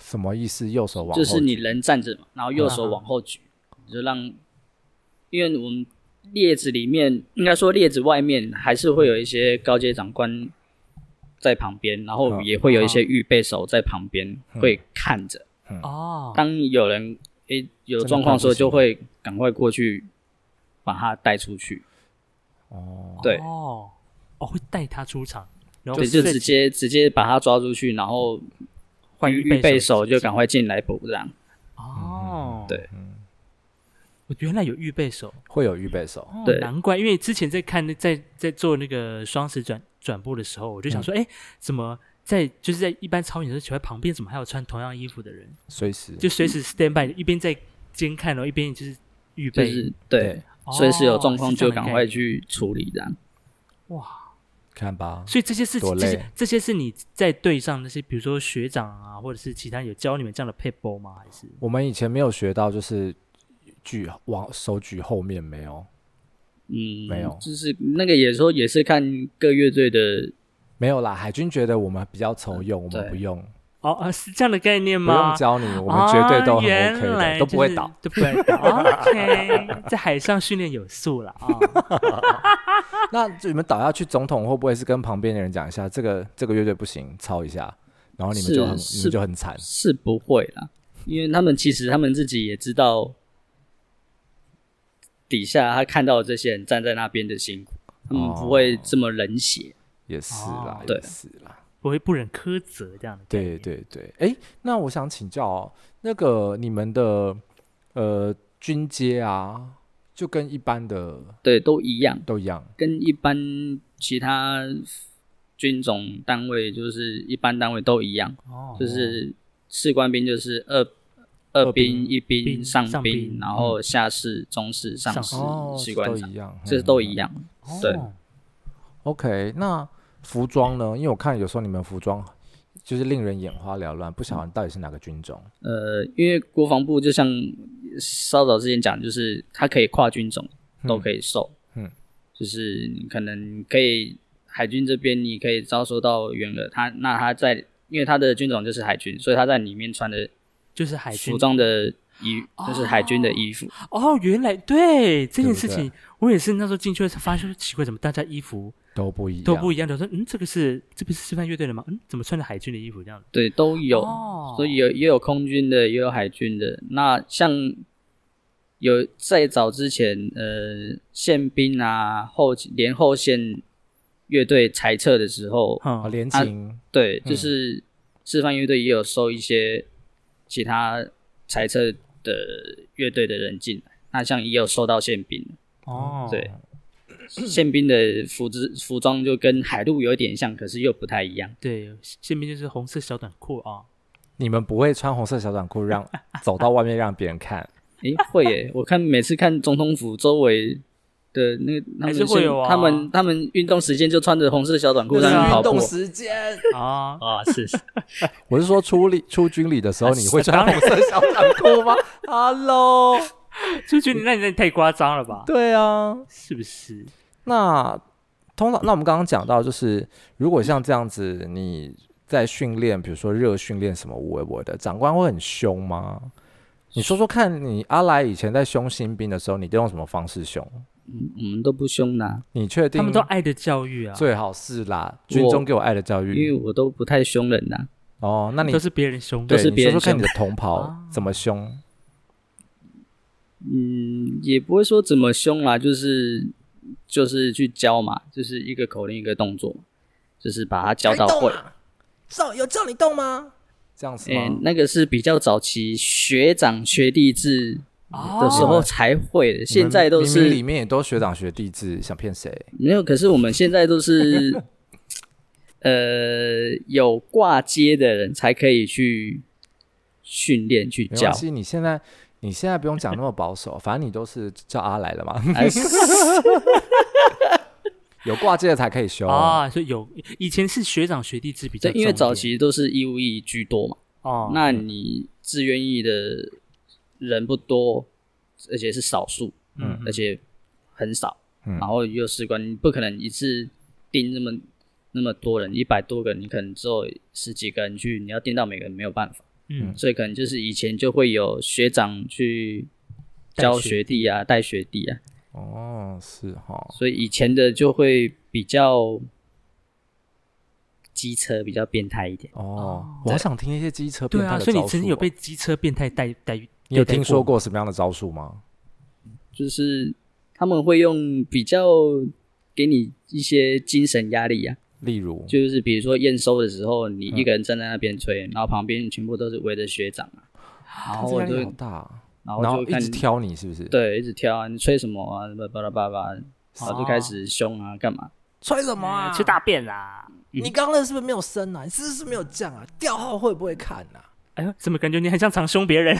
什么意思？右手往后
就是你
举
人站着嘛，然后右手
嗯
往后举，你就让，因为我们列子里面，应该说列子外面还是会有一些高阶长官在旁边，然后
嗯
也会有一些预备手在旁边、
嗯
会看着，
哦，
当有人诶、有
真的
状况的时候，
快不行
就会赶快过去把他带出去，
哦，
对。
哦，哦，会带他出场，然后
对，就
自
直
己
接直接把他抓出去，然后
换
预
预
备
手
手就赶快进来补上。
哦，
对
我原来有预备手，
会有预备手，
哦
对
难怪，因为之前在看那在在做那个双十转转播的时候，我就想
嗯
说，哎、怎么在就是在一般操演的时候，奇怪旁边怎么还有穿同样衣服的人，
随时
就随时 stand by，一边在监看，然后一边就是预
就
备，
是
对
对，随时有
哦
状况
是这
就
样的
赶
概
快
念
去处理这样。
哇。
看吧。
所以这些事情，
多
这些
累
这些是你在队上那些，比如说学长啊，或者是其他有教你们这样的配 ball 吗？还是
我们以前没有学到，就是举往手举后面没有，
嗯，
没有
就是那个也说也是看各乐队的，
没有啦。海军觉得我们比较愁用，我们
嗯对
不用
哦啊，是这样的概念
不用
吗？
教你，我们
啊
绝对都
哦
很
原
OK
来
的，都不会倒。
就是都不会倒。OK，在海上训练有素了啊、
<laughs> 那你们倒下去，总统会不会是跟旁边的人讲一下，这个这个乐队不行，抄一下，然后你们就很
是
你们就很惨，
是不会啦，因为他们其实他们自己也知道，底下他看到这些人站在那边的辛苦，他们不会这么冷血。
也是
哦，
啦也
对
是啦，
我会不忍苛责这样的概
对
念。
对对。哎，那我想请教、哦，那个你们的呃军阶啊，就跟一般的
对，都一样。
都一样，
跟一般其他军种单位，就是一般单位都一样，
哦，
就是士官兵就是二二兵、一
兵
兵、上
上兵
兵，然后下士、中士、上士
哦，、
士
都
官长，
一样，
这
嗯
都
嗯
一样。
哦
对
OK，那服装呢？因为我看有时候你们服装就是令人眼花缭乱，不晓
嗯
得到底是哪个军种。
呃，因为国防部就像稍早之前讲，就是它可以跨军种，都可以受。
嗯，
就是你可能可以海军这边你可以遭受到援额，他那他在因为他的军种就是海军，所以他在里面穿的
就是海军
服装的衣就是海军的衣服，
哦，原来对这件
对不
事
对
情，我也是那时候进去的时候发现奇怪，怎么大家衣服
都不一样，
都不一样？我说，嗯，这个是这不是示范乐队的吗？嗯，怎么穿着海军的衣服这样子？
对，都有。
哦
所以有也有空军的，也有海军的。那像有在早之前，呃，宪兵啊，后勤连后线乐队裁撤的时候，
啊，
嗯，
连
啊
勤
对，就是示范乐队也有收一些其他裁撤的乐队的人进来。那像也有收到宪兵，
哦，
对，宪兵的服制服装就跟海陆有点像，可是又不太一样。
对，宪兵就是红色小短裤
<laughs>
啊，
你们不会穿红色小短裤
<laughs>
让走到外面让别人看，
诶，会耶！我看每次看总统府周围的那个，他
还
们
是会有啊
他们他们运动时间就穿着红色小短裤在那边跑步
时间。
啊，
啊，是是
我是说出力出军礼的时候，你会穿
当然
红色小短裤
<laughs>
吗？Hello，
就觉得你那你那你太夸张了吧？
对啊，
是不是？
那通常那我们刚刚讲到，就是如果像这样子，你在训练，比如说热训练什么无为我的，长官会很凶吗？你说说看，你阿来以前在凶新兵的时候，你都用什么方式凶？
我们都不凶啦，
你确定？
他们都爱的教育啊，
最好是啦，
我
军中给我爱的教
因为
育。
我都不太凶人呐。
哦，那你
都是别人凶
对
的
都是
你
别
说
人
说看
凶
你的同袍
哦
啊
怎么凶？
嗯，也不会说怎么凶啦，就是就是去教嘛，就是一个口令一个动作，就是把它教到会。
少啊有叫你动吗？这样子
诶，
吗？
那个是比较早期学长学弟制的时候
哦
才会的，现在都
你们明
是
明里面也都学长学弟制，想骗谁？
没有，可是我们现在
<laughs>
都是，呃，有挂接的人才可以去训练去
没
教
关，系，你现在你现在不用讲那么保守，反正你都是叫阿来了嘛，
还是
<laughs>
有挂界的才可以修。
哦
啊，所以有以前是学长学弟制比较重一
对，
点，
因为早期都是义务役居多嘛，
哦，
那你自愿役的人不多，而且是少数，
嗯
而且很少，
嗯
然后又士官，你不可能一次定那么那么多人，一百多个人，你可能只有十几个人去，你要定到每个人没有办法。
嗯
所以可能就是以前就会有学长去教学弟啊，带学弟啊，
哦，是哈，
所以以前的就会比较机车，比较变态一点。
哦，我好想听一些机车变
对
态
啊，
的
所以你
招
曾经
数
有
哦
被机车变态带带，
你
对
有
待
听说
过
过什么样的招数吗？
就是他们会用比较给你一些精神压力啊，
例如，
就是比如说验收的时候，你
嗯
一个人站在那边吹，然后旁边全部都是围着学长啊，然后
这
我
压
就
力好大，啊
然
然
后
后
就
一
看
直挑你是不是？
对一直挑啊，你吹什么啊，巴拉巴拉巴拉，然后就
哦
开始凶啊，干嘛？
吹什么啊？
去大便啦！
你刚刚那是不是没有升啊？你是不是没有降啊？调号会不会看
<laughs>
啊？
哎呦，怎么感觉你很像常凶别人？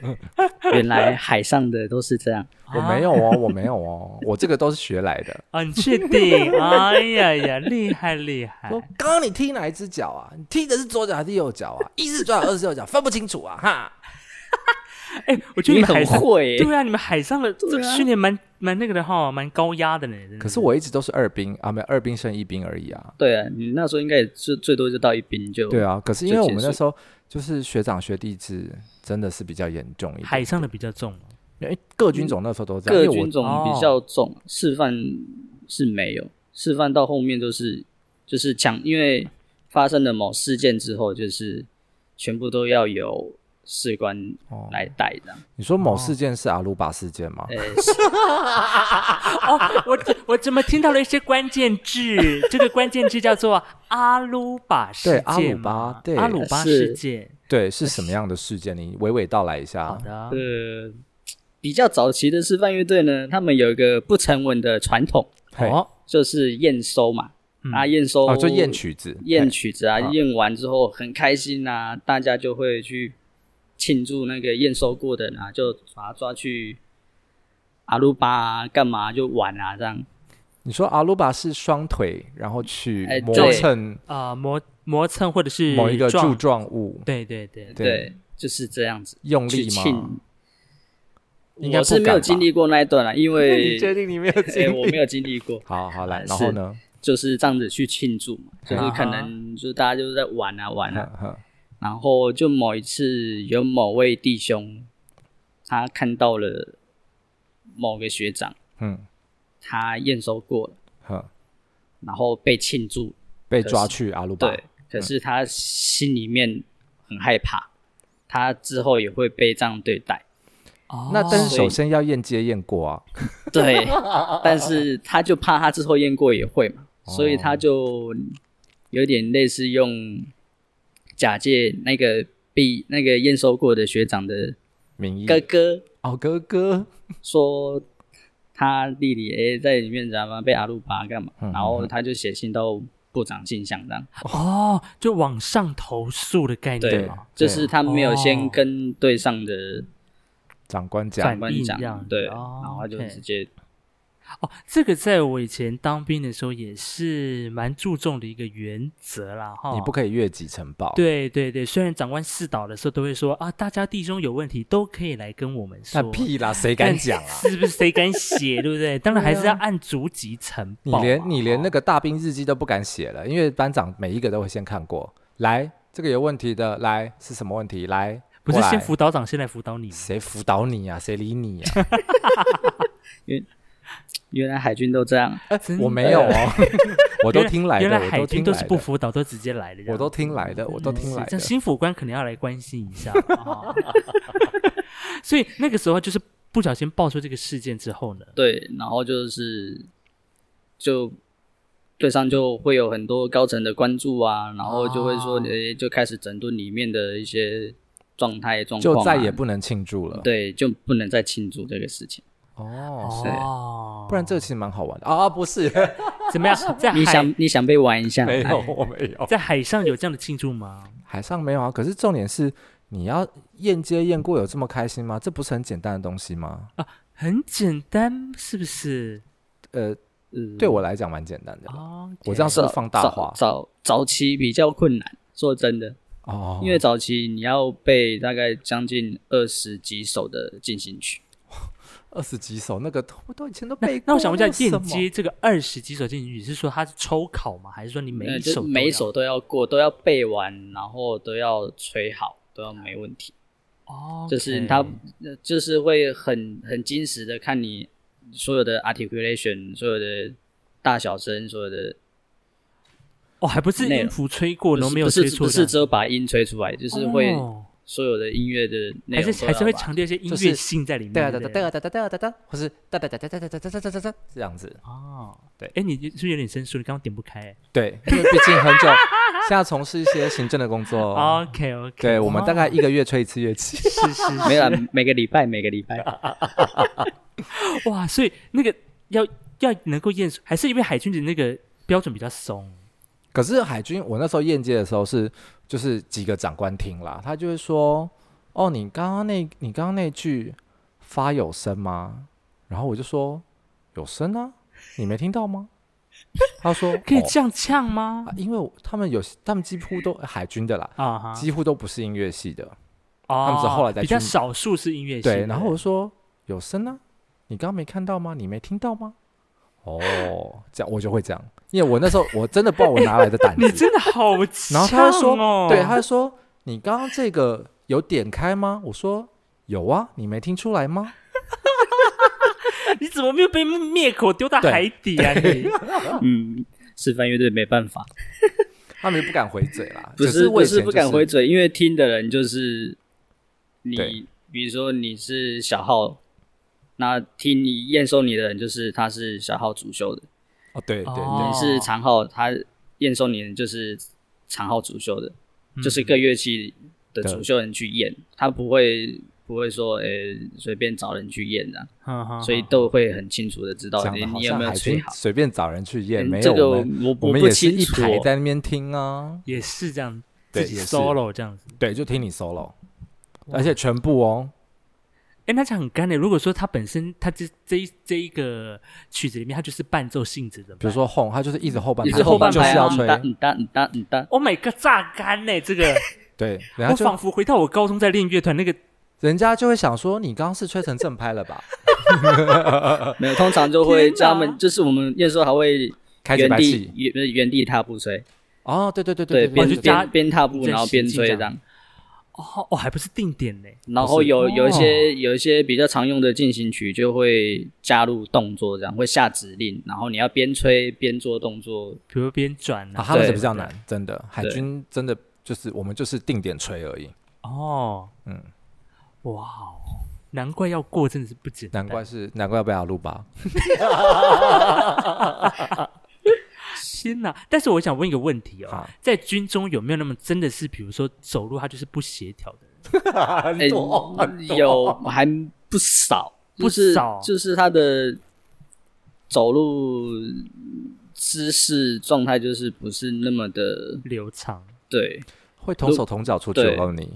<laughs>
原来海上的都是这样。
我没有哦，我没有哦，我这个都是学来的。
哎
啊，你确定？哎呀呀，厉害厉害！
说
刚刚你踢哪一只脚啊？你踢的是左脚还是右脚啊？一是左脚，二是右脚，分不清楚啊！哈，
哎，我觉得你们海
很
上
会耶、
对啊，你们海上的这个训练蛮蛮那个的哈，蛮高压的呢。真的
嗯
可是我一直都是二兵啊，没有二兵升一兵而已啊。
对啊，你那时候应该也最最多就到一兵就
对啊，可是因为
就
我
结
们那
束
时候就是学长学弟制，真的是比较严重一
海
点。
上的比较重哦，
因为各军种那时候都这样，
嗯
因
各
为
军
我哦
种比较重，示范是没有，示范到后面就是就是抢，因为发生了某事件之后，就是全部都要由士官
哦
来带这样。
你说某事件是阿鲁巴事件吗？
呃、
哦， <laughs> 我怎我怎么听到了一些关键字？这个关键字叫做阿鲁巴事
对
件
阿鲁巴
吗
对
阿鲁巴
是
事件。
对，
哎
是什么样的事件？你娓娓道来一
好
下。
的，
呃， <laughs> 比较早期的示范乐队呢，他们有一个不成文的传统，
嘿，
哦，
就是验收嘛，
嗯
啊验收
哦，就验曲子，
验
嘿
曲子啊，
啊
验完之后很开心啊，大家就会去庆祝那个验收过的人啊，就把他抓去阿鲁巴啊干嘛就玩啊这样。
你说阿鲁巴是双腿，然后去
哎
磨
对
蹭
啊，磨磨蹭或者是
某一个柱
撞，
状物，
对对对，
对，就是这样子
用
去
力吗？
庆。
应该
我
不
是没
敢
有
吧
经历过那一段啦，啊因
那
为
<laughs> 你确定你没有
<laughs> 哎
经
我
历？
没有经历过，
<laughs> 好好来，
是
然后呢？
就是这样子去庆祝嘛，就是可
啊
能就是大家就是在玩啊玩啊，
哼哼
然后就某一次有某位弟兄，他看到了某个学长，
嗯
他验收过了，
哼，
然后被庆祝，
被抓去阿鲁巴，
对，可是他心里面很害怕，他之后也会被这样
<laughs>
对待，
哦
那但是
所以
首先要验接验过啊，
对，但是他就怕他之后验过也会嘛，
哦
所以他就有点类似用假借那个被那个验收过的学长的
名义
哥哥
哦，哥哥，
说他弟弟诶、在里面怎么被阿鲁巴干嘛，
嗯
然后他就写信到部长信箱这样，
哦，就往上投诉的概念
对
嘛，
就是他没有先
哦
跟队上的
长官
反
讲
长官
应
讲
这样，子
对，
哦
然后他就
OK
直接
哦，这个在我以前当兵的时候也是蛮注重的一个原则啦，哈。
你不可以越级呈报，
对对对，虽然长官视导的时候都会说啊，大家弟兄有问题都可以来跟我们说
那，屁啦，谁
但
敢讲
<laughs>
啊？
是不是谁敢写，对不
<laughs>
对？当然还是要按逐级呈
啊你
报嘛。啊
连你连
哈
那个大兵日记都不敢写了，因为班长每一个都会先看过，来这个有问题的，来是什么问题？来
不是
过来
先辅导长先来辅导你吗，
谁辅导你啊？谁理你啊？
原来海军都这样，
真
我
的
没
<laughs>
有哦，我都听来的，
原来
我
海
都
军
听
都
来
是
的
不辅导，都直接来的。这样嗯
我都听来的，我都听
是这
来的
样，。新辅官可能要来关心一下。
<laughs>
哦 <laughs> 所以那个时候就是不小心爆出这个事件之后呢，
对，然后就是就队上就会有很多高层的关注啊，然后就会说，
哦
诶、就开始整顿里面的一些状态状况、啊，
就再也不能庆祝了。
对，就不能再庆祝这个事情。
哦，
是
哦，
不然这个其实蛮好玩的啊！不是，
怎么样？在
你
海
想你想被玩一下，
没有
哎，
我没有，
在海上有这样的庆祝吗？
海上没有啊。可是重点是，你要验接验过有这么开心吗？这不是很简单的东西吗？
很简单，是不是？
呃，
嗯
对我来讲蛮简单的。
哦，
我这样是不
早
是放大化
早早早期比较困难，说真的，
哦，
因为早期你要背大概将近二十几首的进行曲，
二十几首那个我都以前都
那
背过。
那我想问一下，
那是什
验
么
接这个二十几首进行曲是说它是抽考吗？还是说你每
呃
一
就是
首都
每一
要
首都要过，都要背完，然后都要吹好，都要没问题。
哦，
就是他，
OK
呃就是会很很精实的看你所有的 articulation，所有的大小声，所有的
哦，还不是
内
音
容
符吹过，然
不
后
是
没有
不
吹
是
错
不
这样
是
子，
只有把音吹出来，就是会
哦
所有的音乐的内
还
容
是还是会强
长
调一些音
就
乐
是啊
性在里面，
哒
对
哒
不
哒
对
哒哒哒哒哒哒，或是哒哒哒哒哒哒哒哒哒哒哒这样子。
哦，
对
哎，你是不是有点生疏？你刚刚点不开欸。
对，因为毕竟很久，现在从事一些行政的工作。
OK 哦 OK，
哦
哦
对我们大概一个月吹一次乐器。 <laughs>
是是
没有啦每个礼拜每个礼拜，
是 <laughs> 哇，所以那个要要能够验收，还是因为海军的那个标准比较松
可是海军，我那时候验接的时候是，就是几个长官听啦，他就会说：“哦，你刚刚那，你刚刚那句发有声吗？”然后我就说：“有声啊，你没听到吗？”他说：“
可以
哦
这样呛吗
啊？”因为我他们有，他们几乎都海军的啦，
啊哈，
几乎都不是音乐系的。
他
们是后来再
比较
去
少数是音乐系的，
对，然后我就说：“有声啊，你刚刚没看到吗？你没听到吗？”哦，这样我就会这样，因为我那时候我真的不知道我哪来的
<laughs>
胆子。
你真的好呛
然后他就说，
哦， <laughs>
对，他就说你刚刚这个有点开吗？我说有啊，你没听出来吗？
你怎么没有被灭口丢到
对
海底啊 <laughs> 你？
嗯，示范乐队没办法，
他们就不敢回嘴啦。
<laughs> 不
只
是
我
不
以前
是不敢回
就是
嘴，因为听的人就是
对
你，比如说你是小号，那听你验收你的人就是他是小号主修的，
哦，对对
哦
对，
你是长号，他验收你的人就是长号主修的，
嗯
就是各乐器的主修人去验，他不会不会说诶随便找人去验的、啊
嗯，哼
所以
哼
都会很清楚的知道
啊讲
你
的好
你有
像
没有
海
吹
军
好。
随便找人去验，
嗯
没
这
有
个
我们
我
我
我
们
不
也是
清
一
楚
排
哦
在那边听啊，
也是这样
对
自己
也是
solo 这样子。
对，就听你 solo，而且全部哦，
哎，那这样很干的。如果说他本身他这这一这一个曲子里面，他就是伴奏性质的，
比如说 home，他就是一直后半
你
排，
是后半
就
排
是
啊
要，
嗯哒
吹，
嗯哒嗯哒嗯哒，
，Oh my god，榨干呢！这个
<laughs> 对，然
我
后就
仿佛回到我高中在练乐团那个
人家就会想说，你刚刚是吹成正拍了
<laughs>
吧？
没有，通常就会叫他们，就是我们验收还会
开几
原
百
地
气
原原地踏步吹，
哦，对对对对
对，
边
边
就
对，
加
边边踏步
在
然后
实
边
际
吹
这
这
样
样，
哦哦，还不是定点呢。
然后有有
哦
一些有一些比较常用的进行曲就会加入动作，这样会下指令，然后你要边吹边做动作，
比如边转
啊，
啊，
他们
对
的比较难，真的，海
对
军真的就是我们就是定点吹而已，
哦，
嗯，
哇哦，难怪要过，真的是不简单，
难怪是难怪要被阿鲁巴，
天哪！但是我想问一个问题哦
好，
在军中有没有那么真的是，比如说走路他就是不协调的人？
哎、有还不少，
不
就是
少
就是他的走路姿势状态就是不是那么的
流畅，
对，
会同手同脚出去，
对
我告诉你，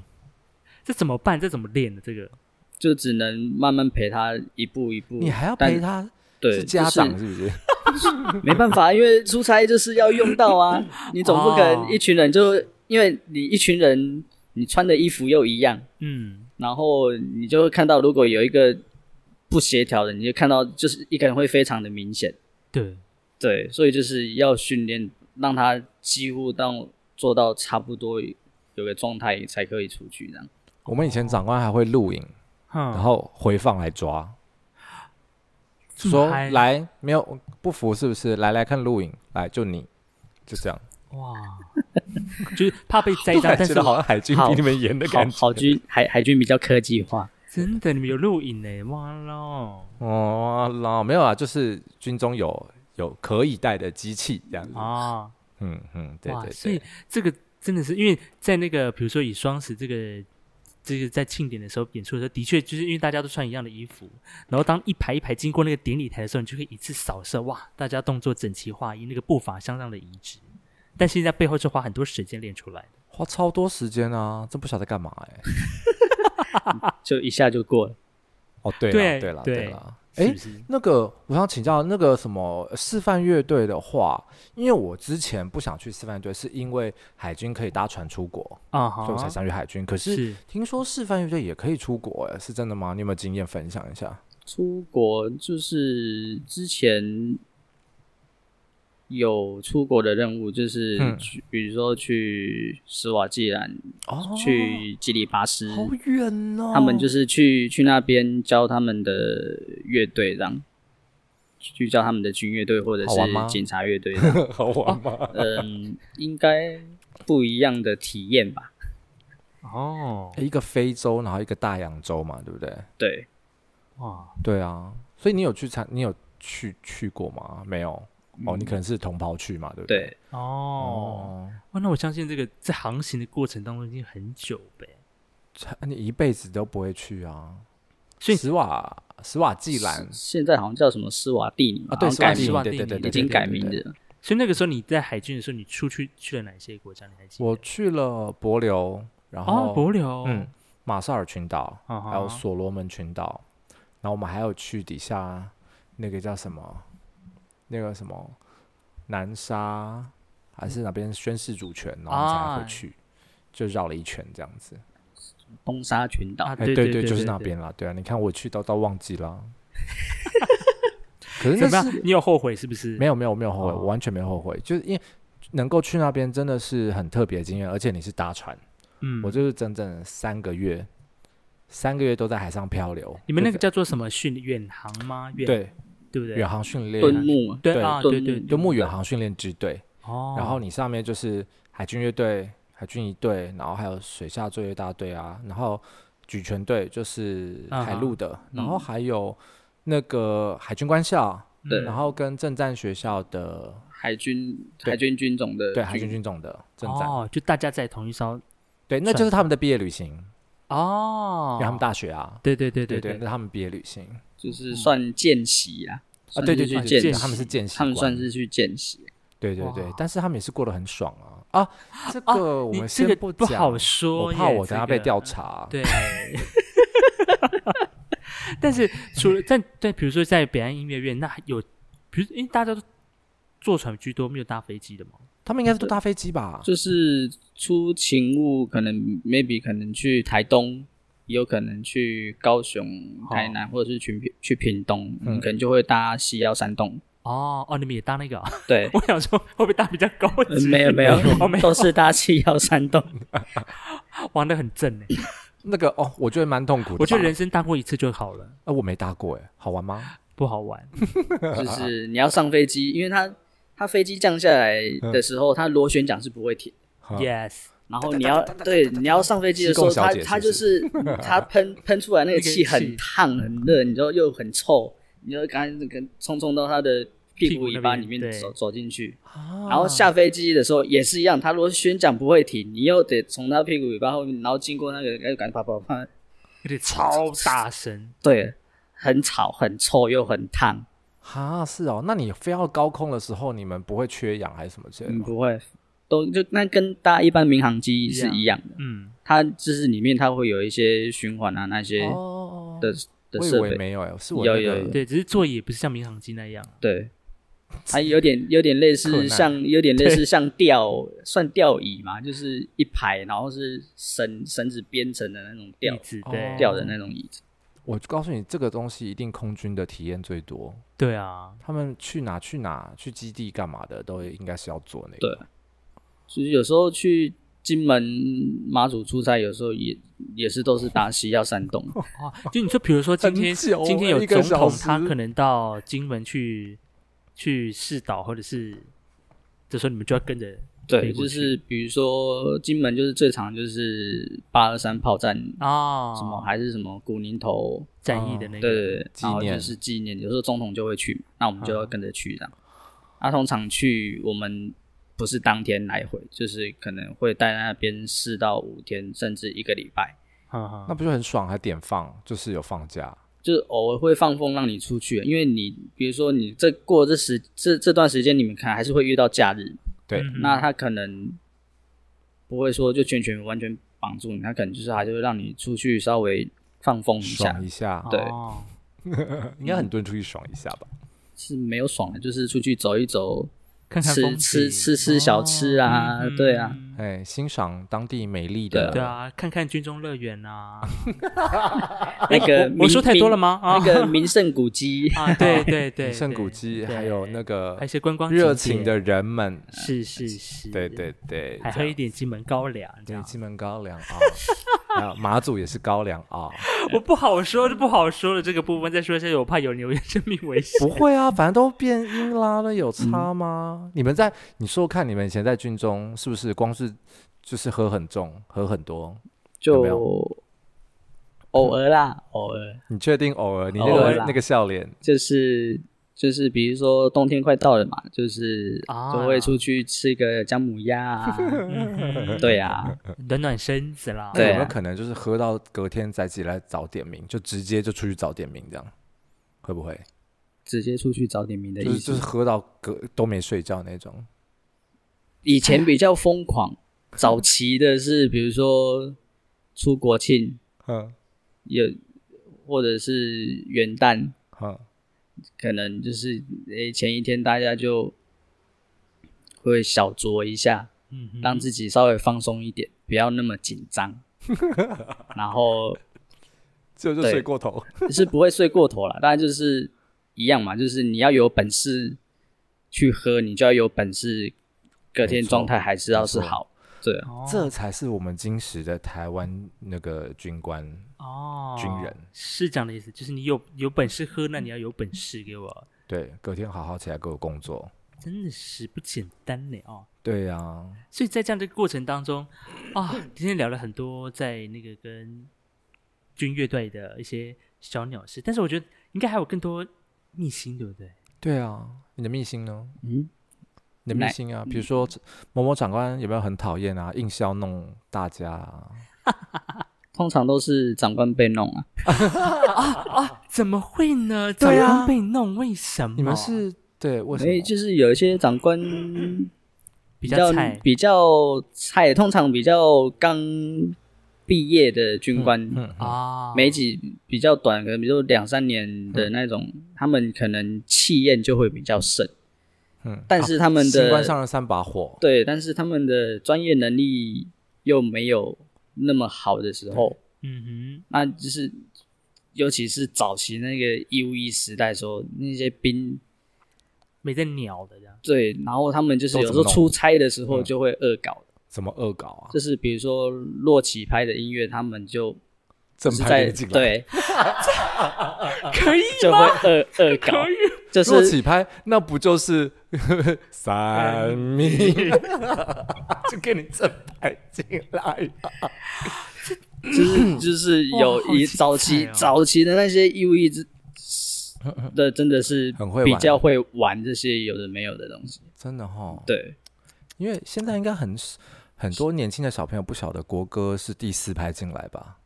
这怎么办？这怎么练的？这个
就只能慢慢陪他一步一步，
你还要
但
陪他
嗯对
是家
就
长是
是
不是？
<laughs> 没办法，因为出差就是要用到啊，
<laughs>
你总不可
哦
能一群人就因为你一群人，你穿的衣服又一样，
嗯，
然后你就会看到，如果有一个不协调的，你就看到就是一个人会非常的明显，
对，
对，所以就是要训练，让他几乎到做到差不多有个状态才可以出去这样。
我们以前长官还会录影，
嗯
然
然
后回放来抓，
这么
说
嗨
来没有不服是不是？来来看录影，来就你就这样，
哇， <laughs> 就是怕
<laughs>
被栽
我
赃，
感
但
觉
是
得好像海军
好
比你们严的
好
感觉
好军海海军比较科技化，
真的你们有录影呢，哇喽！
哦，啦，没有啊，就是军中有有可以带的机器这样，
啊，
嗯嗯，对
哇，
对
所以
对，
这个真的是因为在那个，比如说以双十这个这个在庆典的时候演出的时候，的确就是因为大家都穿一样的衣服，然后当一排一排经过那个典礼台的时候，你就可以一次扫射，哇，大家动作整齐划一，那个步伐相当的一致。但现在背后是花很多时间练出来的，
花超多时间啊，真不晓得干嘛哎、
就一下就过了。
哦，对
对
了对了
对
对了，哎、
是不是？
那个，我想请教那个什么呃示范乐队的话，因为我之前不想去示范乐队，是因为海军可以搭船出国，
啊
所以我才
哈，
想去海军。可是
是
听说示范乐队也可以出国，哎，是真的吗？你有没有经验分享一下？
出国就是之前有出国的任务，就是
嗯
去、比如说去斯瓦季兰、
哦，
去基里巴斯，
好远哦，
他们就是去去那边教他们的乐队，这样去教他们的军乐队或者
好玩吗
是警察乐队这
<laughs>
样。
好玩吗？
嗯，应该不一样的体验吧？
哦，
一个非洲，然后一个大洋洲嘛，对不对？
对，
哇，
对啊，所以你有去参，你有去去过吗？没有。哦，你可能是同袍去嘛，对不对？
对，
哦，
哦，
哇，那我相信这个在航行的过程当中已经很久呗，
才你一辈子都不会去啊。
所以
史瓦史瓦济兰
现在好像叫什么斯瓦蒂尼嘛
啊，对，
好像
史瓦
改
济
名
尼
兰，
了
对对对，对
已经改名。
对
字
对对
了。
所以那个时候你在海军的时候，你出去去了哪些国家？你还记得？
我去了帛琉，然
哦，
后
帛琉，
嗯，马绍尔群岛，
啊哈，
还有所罗门群岛，然后我们还有去底下那个叫什么，那个什么南沙还是哪边宣誓主权，然后我们才
啊
回去，就绕了一圈这样子。
东沙群岛
啊，
哎，
对
对
对，
就
对
是那
对
边啦。对啊，你看我去到到忘记
<laughs>
了。可是
怎
那
么
是
样？你有后悔是不是？
没有没有没有后悔，
哦
我完全没有后悔，就是因为能够去那边真的是很特别的经验，而且你是搭船，
嗯，
我就是整整三个月，三个月都在海上漂流。
你们那
就
个叫做什么训远航吗？远
对
对不对
远？航训练，
敦睦嘛，
对
对
啊，
敦
对对，
睦
对
就木远航训练支队，
哦，
然后你上面就是海军乐队、海军一队，然后还有水下作业大队啊，然后举拳队就是
嗯
海陆的，然后还有那个海军官校，
对
然后跟正战学校的
海军
对
海军军种的
对海军军种的正战，
哦，就大家在同一艘
对，那就
算
是他们的毕业旅行，
哦
因，为他们大学啊，
对对对
对
对
那，是他们毕业旅行
就是算见习啊，
嗯啊，
算
对对
是
对，
去
对
见
对他们是见习官，啊
他们算是去见习，
对对对
哇，
但是他们也是过得很爽啊啊，这
啊
个我
你
们
这
先
个
讲，
好说
我
耶，
怕我等
这
下被
个
调。 <laughs> 查，
对。但是除了在对，比如说在北岸音乐院，那有，比如因为大家都坐船居多，没有搭飞机的嘛。
他们应该是都搭飞机吧？
就是出勤务可能 maybe 可能去台东有可能去高雄、台南，或者是去屏去屏东，我们
哦嗯
可能就会搭西腰山洞。
哦哦，你们也搭那个、哦？
对
<laughs> ，我想说会不会搭比较高
呃
级？
没有没有
哦没，有
都是搭西腰山
<laughs>
洞。
啊
玩的很正呢。
那个哦，我觉得蛮痛苦的吧。
我觉得人生搭过一次就好了，
啊，我没搭过哎，好玩吗？
不好玩。
就是你要上飞机，因为它它飞机降下来
嗯
的时候，它螺旋桨是不会停。
啊
yes，
然后你要对你要上飞机的时候，
西贡
它
小姐
它
是
就
不
是 <laughs> 它喷喷出来那个气
那个
很
气
烫很热，你就又很臭，你就赶紧跟冲冲到它的屁股
屁股那
尾
边
巴里面
对
走走进去。
啊
然后下飞机的时候也是一样，它螺旋桨不会停，你又得从它屁股尾巴后面，然后经过那个，哎，赶紧啪啪啪，
有点超大声。
对，很吵很臭又很烫，
啊，是哦，那你飞到高空的时候，你们不会缺氧还是什么之类的
嗯，
吗？
不会，都就那跟搭一般民航机是一样的，
嗯，
它就是里面它会有一些循环啊那些
哦哦，哦
的、的
我以
设
为
备，
没有哎，是我
有
那个
有有
对，只是座椅不是像民航机那样。
对，它有点有点类
困
似
难
像有点类似像吊算吊椅嘛，就是一排，然后是绳绳子编成的那种吊
椅子
哦
对
吊的那种椅子。
我告诉你，这个东西一定空军的体验最多。
对啊，
他们去哪去哪去基地干嘛的，都应该是要做那个。
对就是有时候去金门马祖出差，有时候也也是都是搭西要山洞，
哦，就你说，比如说今天
很久欸
今天有
一个
总
小
统，
时
他可能到金门去去市岛，或者是这时候你们就要跟着
对，
飞过
就
去
是比如说金门就是最常就是八二三炮战，
啊，
什么还是什么古宁头，
战役的那
对
个
对对，
纪
然后
念
就是纪念，有时候总统就会去嘛，那我们就要跟着去这样。那、通常去我们不是当天来回，就是可能会待在那边四到五天，甚至一个礼拜，
哈哈
那不就很爽？还点放，就是有放假。
就是偶尔会放风让你出去，因为你比如说你这过这时这这段时间，你们可能还是会遇到假日，
对，
嗯
那他可能不会说就全全完全绑住你，他可能就是还是会让你出去稍微放风一下
爽，一下，啊
对
哦
应该很多人出去爽一下吧？
是没有爽的，就是出去走一走，
看看
吃
风
吃
景
吃吃小吃啊，
嗯
对啊，
嗯
哎，欣赏当地美丽
对
的
啊，看看军中乐园啊，
那个
嗯我我说太多了吗啊，
名那个名胜古迹
<laughs> 啊，对对对，
名胜古
对
迹，
对
还有那个
还有一些观光
热
景点
情的人们，
是是是，
对，对对，
还
这
喝
样
一点金门高粱，这
对，
样
金门高粱啊，
<laughs>
还有马祖也是高粱啊，
我不好说，就不好说了这个部分，再说一下，我怕有人有生命危险。
不会啊，反正都变音啦，那有
嗯
差吗？你们在你说说看，你们以前在军中是不是光是就是喝很重，喝很多？有没
就偶尔啦，偶尔
你确定偶尔你那
偶尔
个
啦
那个笑脸
就是。就是比如说冬天快到了嘛，就是
啊
就会出去吃个姜母
<laughs>
鸭啊，
嗯
对啊，
<laughs> 暖暖身子啦。
那有
对
没有
啊
可能就是喝到隔天再起来早点名，就直接就出去早点名这样？会不会
直接出去找点名的
就
意
是
思。
就是喝到隔都没睡觉那种？
以前比较疯狂，早期的是比如说出国庆，
哼
也或者是元旦，
哼，
可能就是诶、前一天大家就会小酌一下，
嗯哼
让自己稍微放松一点，不要那么紧
<laughs>
张，然后
就就
对
睡过头。
是不会睡过头了，当然就是一样嘛，就是你要有本事去喝，你就要有本事，隔天
没错
状态还是要是
没错
好，对啊，
哦
这才是我们今时的台湾那个军官，
哦，
军人
是这样的意思，就是你有有本事喝，那你要有本事给我，
对，隔天好好起来给我工作。
真的是不简单呢哦。
对呀、啊，
所以在这样的过程当中，啊，今天聊了很多在那个跟军乐队的一些小鸟事，但是我觉得应该还有更多秘辛，对不对？
对啊，你的秘辛呢？
嗯，
你的秘
来
辛啊，比如说某某长官有没有很讨厌啊，硬是要弄大家、啊？
通常都是长官被弄啊，
怎么会呢？
对啊
长官被弄，为什么？
你们是哦对为什
所以
么？
就是有一些长官
比
较
较菜，
比较菜，通常比较刚毕业的军官，
嗯啊，
啊，
没几比较短，可能比如说两三年的那种，他们可能气焰就会比较盛，
嗯
但是他们
新
的、
官上任三把火，哦
对，但是他们的专业能力又没有那么好的时候，
嗯
那就是尤其是早期那个义务役时代的时候，那些兵
哼，没在鸟的这样。
对，然后他们就是
都
有
怎
时
么
候
弄嗯
出差的时候就会恶搞，
怎么恶搞啊？
就是比如说洛奇拍的音乐，他们就
正
是
派
在
的进来，，
对
<laughs> 可以
就会恶恶搞， <laughs> 就
若
是
起拍，那不就是
<laughs>
三米？就给你正拍进来。嗯
就是就是有
哇好
一
精彩
早期
哦
早期的那些义务
<laughs>
役之的真的是
很会玩
比较会玩这些有的没有的东西，
真的哈，
对，
因为现在应该很很多年轻的小朋友不晓得国歌是第四拍进来吧？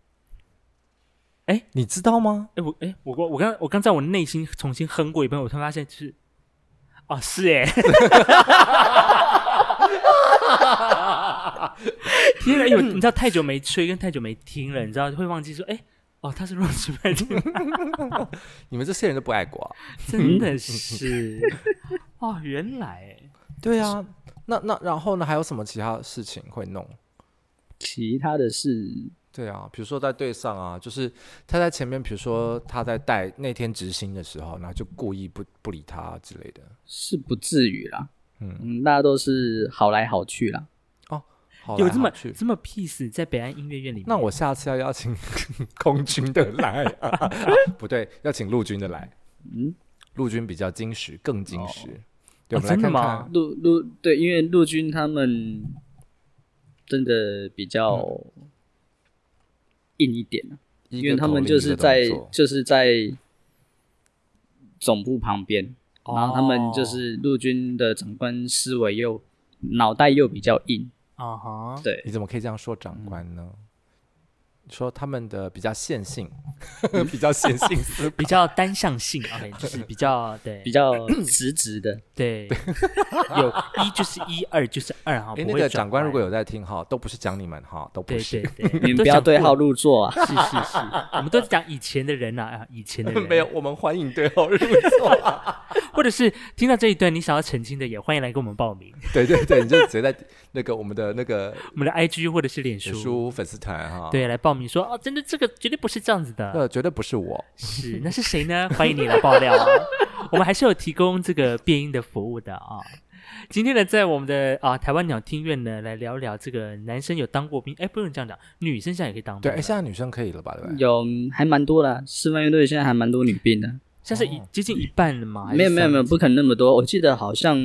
哎
你知道吗？
哎、我哎、我我我刚我刚在我内心重新哼过一遍，我突然发现就是，哦是哎、 <laughs> 天哪，因为你知道太久没吹跟太久没听了，你知道会忘记说哎、哦他是弱智派的，
你们这些人都不爱国、啊。
真的是哦原来哎
对啊，那那然后呢？还有什么其他事情会弄？
其他的是
对啊，比如说在队上啊，就是他在前面，比如说他在带那天执行的时候，然后就故意不不理他之类的。
是不至于啦，
嗯
嗯，大家都是好来好去啦。
好
有
来
这么
好去
这么 peace 在北岸音乐院里面，
那我下次要邀请 <laughs> 空军的来、
<laughs>
啊，不对，要请陆军的来。
嗯，
陆军比较矜持，更矜持。对，
哦
我们来
真的
看看。
吗
陆陆对，因为陆军他们真的比较
嗯
硬一点啊、
一
因
个
为他
口
们
令
就
一
是
个动
在
作
就是在总部旁边，然后他们就
哦
是陆军的长官思维又脑袋又比较硬，
啊哈
对
你怎么可以这样说
嗯
长官呢？说他们的比较线性，
嗯
<laughs> 比较线性
<laughs>
思
比较单向性，OK 就是比较对
比
<coughs>
较直直的。
对，有一就是一，二就是二哈。
哎，
不
那
会
个
转
长官如
弯
果有在听哈，都不是讲你们哈，都不
对对
是。
对，
<laughs> 你们
都
不要
讲
对
过
号入座啊！
<laughs> 是是是，我们都是讲以前的人呐、啊，以前
<laughs>
的人
没有，，我们欢迎对号入座。
或者是听到这一段你想要澄清的，也欢迎来跟我们报名，
<laughs> 对对对，你就直接在那个我们的那个
我们的 IG 或者是脸
脸
书，
书粉丝团哈，，
对，来报名说哦，真的这个绝对不是这样子的，
呃
那绝对不是我。
是那是谁呢？欢迎你来爆料、哦，我们还是有提供这个变音的服务的啊、今天呢，在我们的啊台湾鸟听院呢，来聊聊这个男生有当过兵，哎，不用这样讲，女生现在也可以当兵
对，
了，
哎，现在女生可以了吧？对不对？
有还蛮多啦，四万乐队现在还蛮多女兵的。
现在是一接近一半了嘛？还是
哦没有没有没有，
三
不可能那么多。我记得好像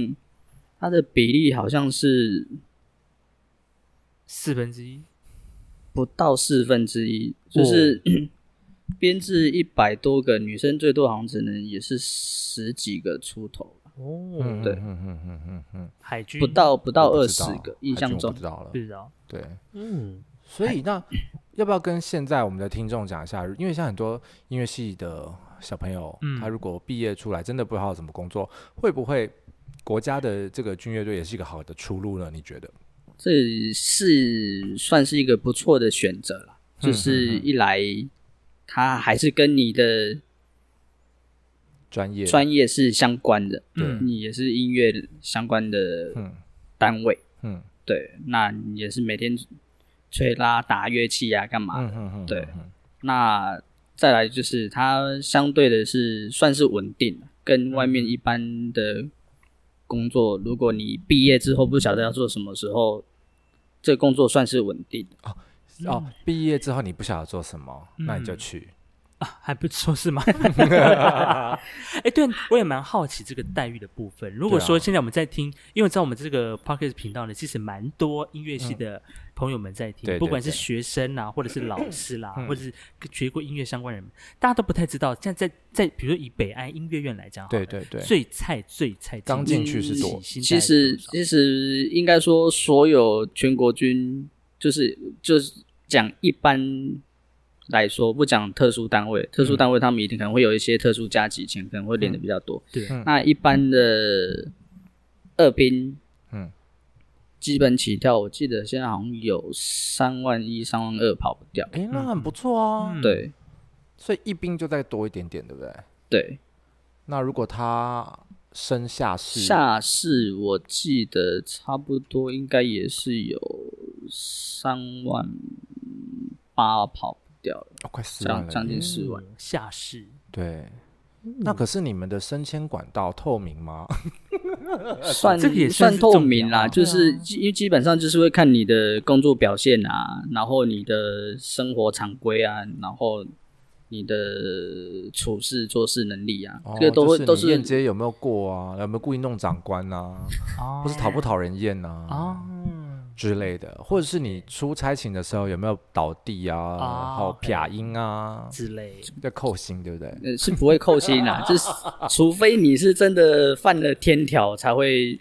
它的比例好像是
四分之一，
不到四分之一，就是、
哦
<clears throat> 编制一百多个，女生最多好像只能也是十几个出头吧，
哦，
对
嗯嗯嗯嗯嗯嗯，
海军啊
不到不到
我
二
不知
十
道
个，印
海
象
军我
中
不知道了
不。知道，
对，
嗯，
所以那要不要跟现在我们的听众讲一下？因为像很多音乐系的小朋友，
嗯
他如果毕业出来真的不知道怎么工作，会不会国家的这个军乐队也是一个好的出路呢？你觉得？
这是算是一个不错的选择
嗯
了。就是一来，它还是跟你的
专业，
专业是相关的，
对
你也是音乐相关的
嗯
单位，
嗯
对，那你也是每天吹拉打乐器啊，干嘛的
嗯嗯嗯，
对
嗯，嗯
那再来就是它相对的是算是稳定的，跟外
嗯
面一般的工作，如果你毕业之后不晓得要做什么时候，这工作算是稳定的。
哦，毕业之后你不晓得做什么，那你就
嗯
去。
<laughs> <laughs> 还不错是吗？ <laughs> 哎、对我也蛮好奇这个待遇的部分。如果
对啊
说现在我们在听，因为在我们这个 p o c k e t 频道呢，其实蛮多音乐系的朋友们在听，
嗯对对
不管是
对嗯
学生啦、或者是老师啦，或者是学过音乐相关人，大家都不太知道。现在在在，比如说以北安音乐院来讲好了，
对对对，
最菜最菜
刚进去是多
起薪
嗯
大概是
其实
多少
其实应该说，所有全国军就是就是讲一般来说，不讲特殊单位，
嗯
特殊单位他们一定可能会有一些特殊加急，前可能会练的比较多。
对
嗯
那一般的二兵，
嗯，
基本起跳，我记得现在好像有三万一、三万二跑不掉。
哎，那很不错啊。
嗯
对
所以一兵就再多一点点，对不对？
对，
那如果他升下士，
下士我记得差不多应该也是有三万八跑不掉了，
哦快四万
将
了
将
耶，
近四万。
下士，
对。
嗯
那可是你们的升迁管道透明
<laughs>
吗？
算
呃这个也算
算
是
透
重
明
点啊
啦，就是基因为基本上就是会看你的工作表现啊，然后你的生活常规啊，然后你的处事做事能力啊，
哦
这个都
就
会
是
都
你
是
验接有没有过啊？有没有故意弄长官啊？
哎
哦
或是讨不讨人厌啊？
哦，
之类的，或者是你出差勤的时候有没有倒地啊？
哦
啊
然后
OK
撇音啊，
之类，
要扣薪，对不对？
呃是不会扣薪
<laughs>
啦，就是除非你是真的犯了天条才会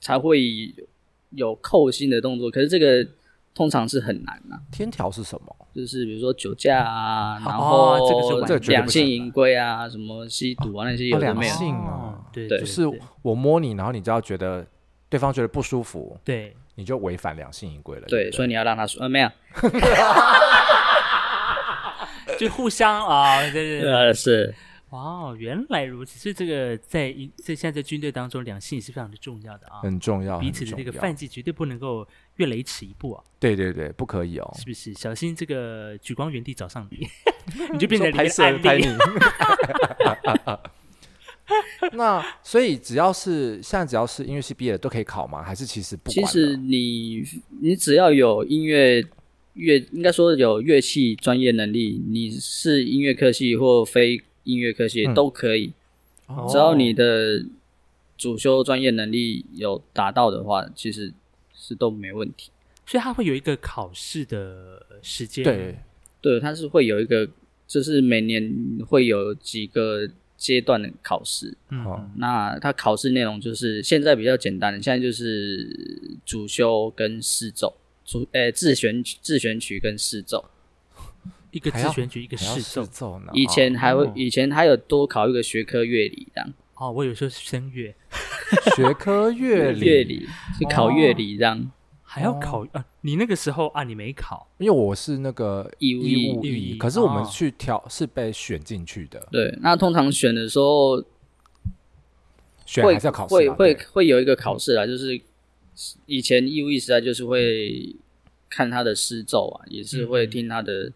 才会有扣薪的动作，可是这个通常是很难啦，
天条是什么？
就是比如说酒驾啊，然
哦这个就
后
完
这个绝对
两
不
性
行
淫龟啊，什么吸毒啊那些有的
两
没有。
性
哦
啊，
对，
对
对
就是
对
我摸你，然后你只要觉得对方觉得不舒服，
对，
你就违反两性淫规了。
对，所
以
以你要让他说，呃，没有，
就互相啊，对对对，
呃，是
哇哦，原来如此，所以这个在一在现在在军队当中，两性也是非常的重要的啊，
很重要，
彼此的
很
这个
重要
犯忌绝对不能够越雷池一步啊，
对对对，不可以哦。
是不是？小心这个举光原地找上你，你就变成
说
里
拍
面
摄
的案
拍
例。
你。 <laughs> 那所以只要是现在只要是音乐系毕业的都可以考吗？还是其实不管
其
了？
实你你只要有音乐乐，应该说有乐器专业能力，你是音乐科系或非音乐科系、
嗯
都可以，
哦
只要你的主修专业能力有达到的话，其实是都没问题。
所以它会有一个考试的时间，
对
对，它是会有一个，就是每年会有几个阶段的考试，
哦
嗯，
那它考试内容就是现在比较简单，现在就是主修跟试奏，主呃自选自选曲跟试奏。
一个
还
自
要
选举，一个
还要
试奏
试。奏呢？
以前还会
哦，
以前还有多考一个学科乐理这样，
哦，我有时候是声乐
哦学
<laughs>
科乐理，哦
乐理是考乐理这样。
还要考啊，你那个时候啊，你没考
因为我是那个
义务役
务
义务役
役，可是我们
哦
去挑是被选进去的，
对，那通常选的时候
选
会
啊还是要考试
会
嘛
会
对
会有一个考试啦，就是以前义务役时代就是会看他的诗奏啊，也是
嗯
会听他的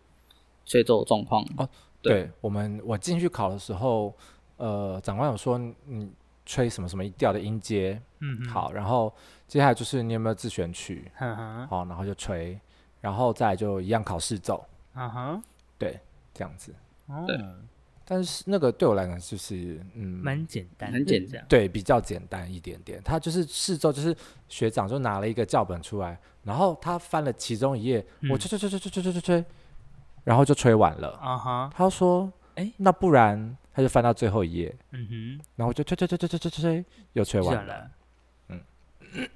吹奏状况。
哦
对
对我们我进去考的时候，呃，长官有说你吹什么什么一调的音阶，
嗯，
好，然后接下来就是你有没有自选曲，
嗯哼，
好，然后就吹，然后再来就一样考试奏，
嗯哼，
对，这样子。
哦
对，
但是那个对我来讲就是，嗯，
蛮简单，
很简单。
对比较简单一点点。他就是试奏，就是学长就拿了一个教本出来，然后他翻了其中一页，
嗯
我吹吹吹吹吹吹吹吹吹，然后就吹完了。
啊哈，
他说，
哎
那不然他就翻到最后一页，
嗯哼，
然后我就吹吹吹吹吹吹吹吹，又吹
下
完了，
啊来，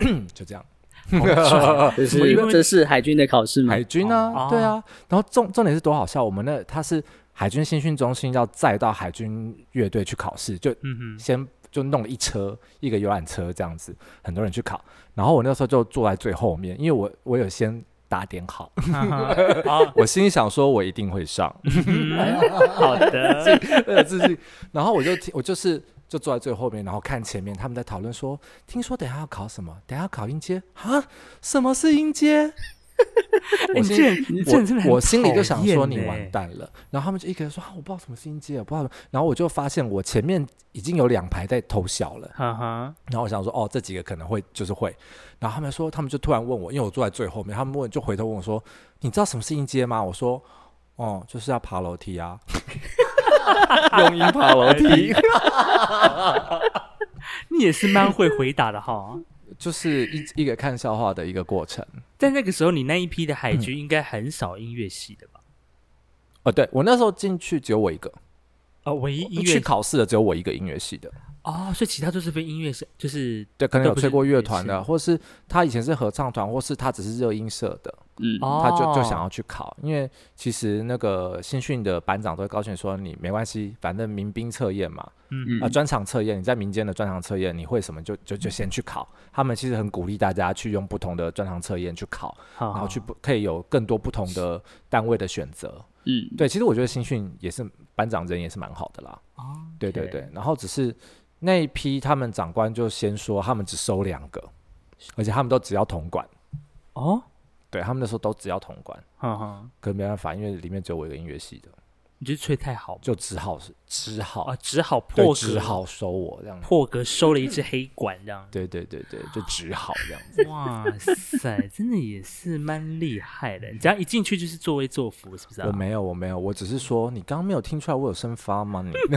嗯就这样。 <laughs> 哦
这
我以
是
为
这是海军的考试吗
海？军啊，
哦
对啊。然后重重点是多好笑，我们那他是海军新训中心要载到海军乐队去考试，就
嗯哼，
先就弄了一车一个游览车这样子，很多人去考。然后我那时候就坐在最后面，因为我我有先打点好，
<laughs> 啊哈好，
<laughs> 我心里想说我一定会上，
嗯好
<laughs>
的，
呃，自信。然后我就听我就是就坐在最后面，然后看前面他们在讨论说，听说等一下要考什么，等一下要考音阶啊？什么是音阶？
哎
我
<laughs> 你
心
这人你这人真的很
我我心里就想
讨
说
厌
你完
欸
蛋了，然后他们就一个人说啊，我不知道什么是音阶，我不知道什么。然后我就发现我前面已经有两排在偷笑了，
哈哈，
然后我想说哦，这几个可能会就是会。然后他们说，他们就突然问我，因为我坐在最后面，他们问就回头问我说，你知道什么是音阶吗？我说哦、就是要爬楼梯啊，用音爬楼梯，
你也是蛮会回答的哈。
就是一一个看笑话的一个过程。
在那个时候，你那一批的海
嗯
军应该很少音乐系的吧？
哦，对我那时候进去只有我一个，
哦，唯一音
去
乐
考试的只有我一个音乐系的。
哦，所以其他都是非音乐系，就是
对，可能
都
有
不
吹
是
过乐
乐
团
器
的，或是他以前是合唱团，或是他只是热音社的，
嗯，
哦，
他就就想要去考。因为其实那个新训的班长都会告诉你说，你没关系，反正民兵测验嘛，
嗯
嗯
啊、专场测验，你在民间的专场测验，你会什么就就就先去考。他们其实很鼓励大家去用不同的专场测验去考，
好，
然
好
后去不可以有更多不同的单位的选择。
嗯，
对，其实我觉得新训也是班长人也是蛮好的啦。
哦，
对对
OK
对，然后只是那一批他们长官就先说他们只收两个，而且他们都只要铜管。
哦，
对他们那时候都只要铜管，
哈哈，
可没办法，因为里面只有我一个音乐系的，
你就是吹太好嘛
就只好是只好、
啊，只好
对
破
只
格，
好收我这样，
破格收了一只黑管这
<laughs>
样。
对对对对，就只好这样子。
哇塞，真的也是蛮厉害的。你只要一进去就是作威作福，是不是、啊？
我没有，我没有，我只是说你刚刚没有听出来我有生发吗？你 <laughs>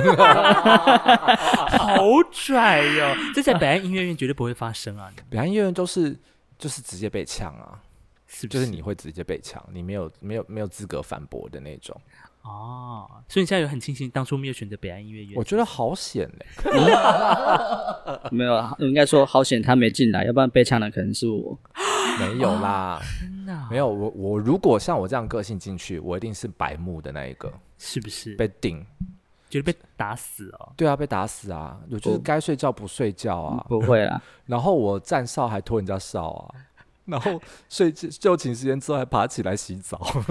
好拽哟、这在北岸音乐院绝对不会发生啊，
北韩音乐院都是就是直接被呛啊，
是不
就是你会直接被呛，你没有没有没有资格反驳的那种。
哦，所以你现在有很庆幸当初没有选择北岸音乐院。
我觉得好险
<laughs>
嘞、
没有啊，应该说好险他没进来，要不然被呛的可能是我。
没有啦，
真的啊
没有我我如果像我这样个性进去，我一定是白目的那一个，
是不是？
被顶。
觉得被打死哦， <laughs>
对啊，被打死啊！我就是
不
该睡觉不睡觉啊，
不
<laughs>
会啦，
然后我站哨还拖人家哨啊，然后睡就寝时间之后还爬起来洗澡。 <laughs>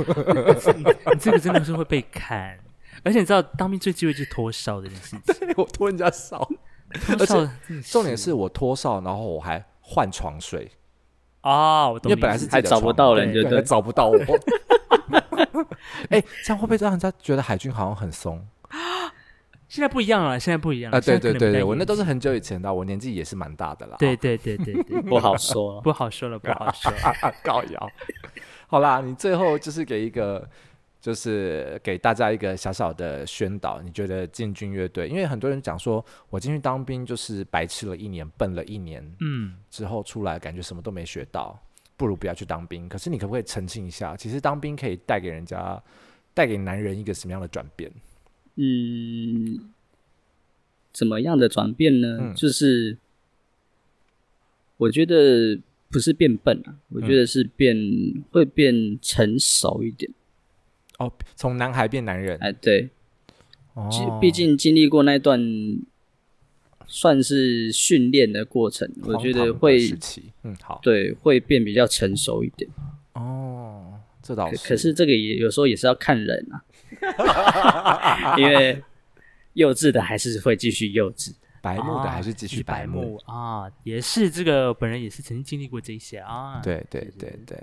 你这个真的是会被砍。而且你知道，当兵最忌讳就是脱哨这件事
<laughs>
情。
我拖人家哨，
脱哨真的
重点是我脱哨，然后我还换床睡，
啊、我
因
懂你意思。
为本来是自己
还
的
找不
床
到人
对
就
对，还
对。
找不到我。 <laughs> 哎、这样会不会让人家觉得海军好像很松
现在不一样了，现在不一样了
啊？对
现在可
对
能
对
比较
对，我
严
那都
谨
是很久以前的啊，我年纪也是蛮大的啦。
对对对对对，
不
<laughs>
好说，
不好说了，不好说。
啊，高瑶。好啦，你最后就是给一个，就是给大家一个小小的宣导。你觉得进军乐队，因为很多人讲说，我进去当兵就是白吃了一年，笨了一年，
嗯，
之后出来感觉什么都没学到，不如不要去当兵。可是你可不可以澄清一下，其实当兵可以带给人家，带给男人一个什么样的转变？
嗯，怎么样的转变呢？
嗯
就是我觉得不是变笨啊，我觉得是变、会变成熟一点。
哦，从男孩变男人，
哎，对，毕
哦，
毕竟经历过那段算是训练的过程，
荒
我觉
唐
得
的
会
时期，嗯，好，
对会变比较成熟一点。
哦，这倒
可
是，
可是这个也有时候也是要看人
<laughs>
啊，因为幼稚的还是会继续幼稚。
白目的
啊
还是继续
白
目，
啊，也是这个本人也是曾经经历过这一些啊。，
对对对对，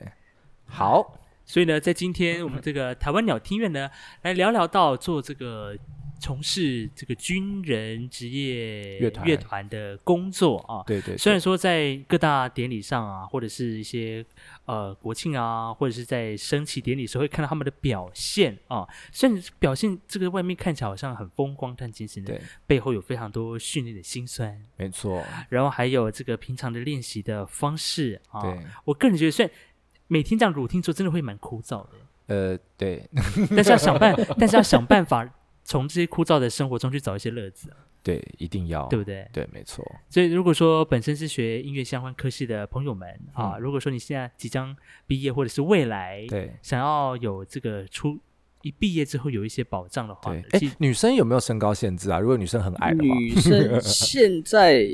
好，
所以呢，在今天我
<laughs>
们这个台湾鸟听院呢，来聊聊到做这个从事这个军人职业
乐团
乐团的工作啊。
对对，
虽然
对
说在各大典礼上啊，或者是一些呃国庆啊，或者是在升旗典礼时候会看到他们的表现啊，虽然表现这个外面看起来好像很风光，但其实呢
对，
背后有非常多训练的辛酸。
没错，
然后还有这个平常的练习的方式啊。
对，
我个人觉得，虽然每天这样 routine 做，真的会蛮枯燥的，
呃，对
<laughs> 但是要想
<laughs>
办，但是要想办法从这些枯燥的生活中去找一些乐子，啊
对，一定要，
对不对？
对，没错，
所以如果说本身是学音乐相关科系的朋友们啊，如果说你现在即将毕业或者是未来
嗯对
想要有这个出一毕业之后有一些保障的话
对，，
其
哎
实，
女生有没有身高限制啊？如果女生很矮的话，
女生现在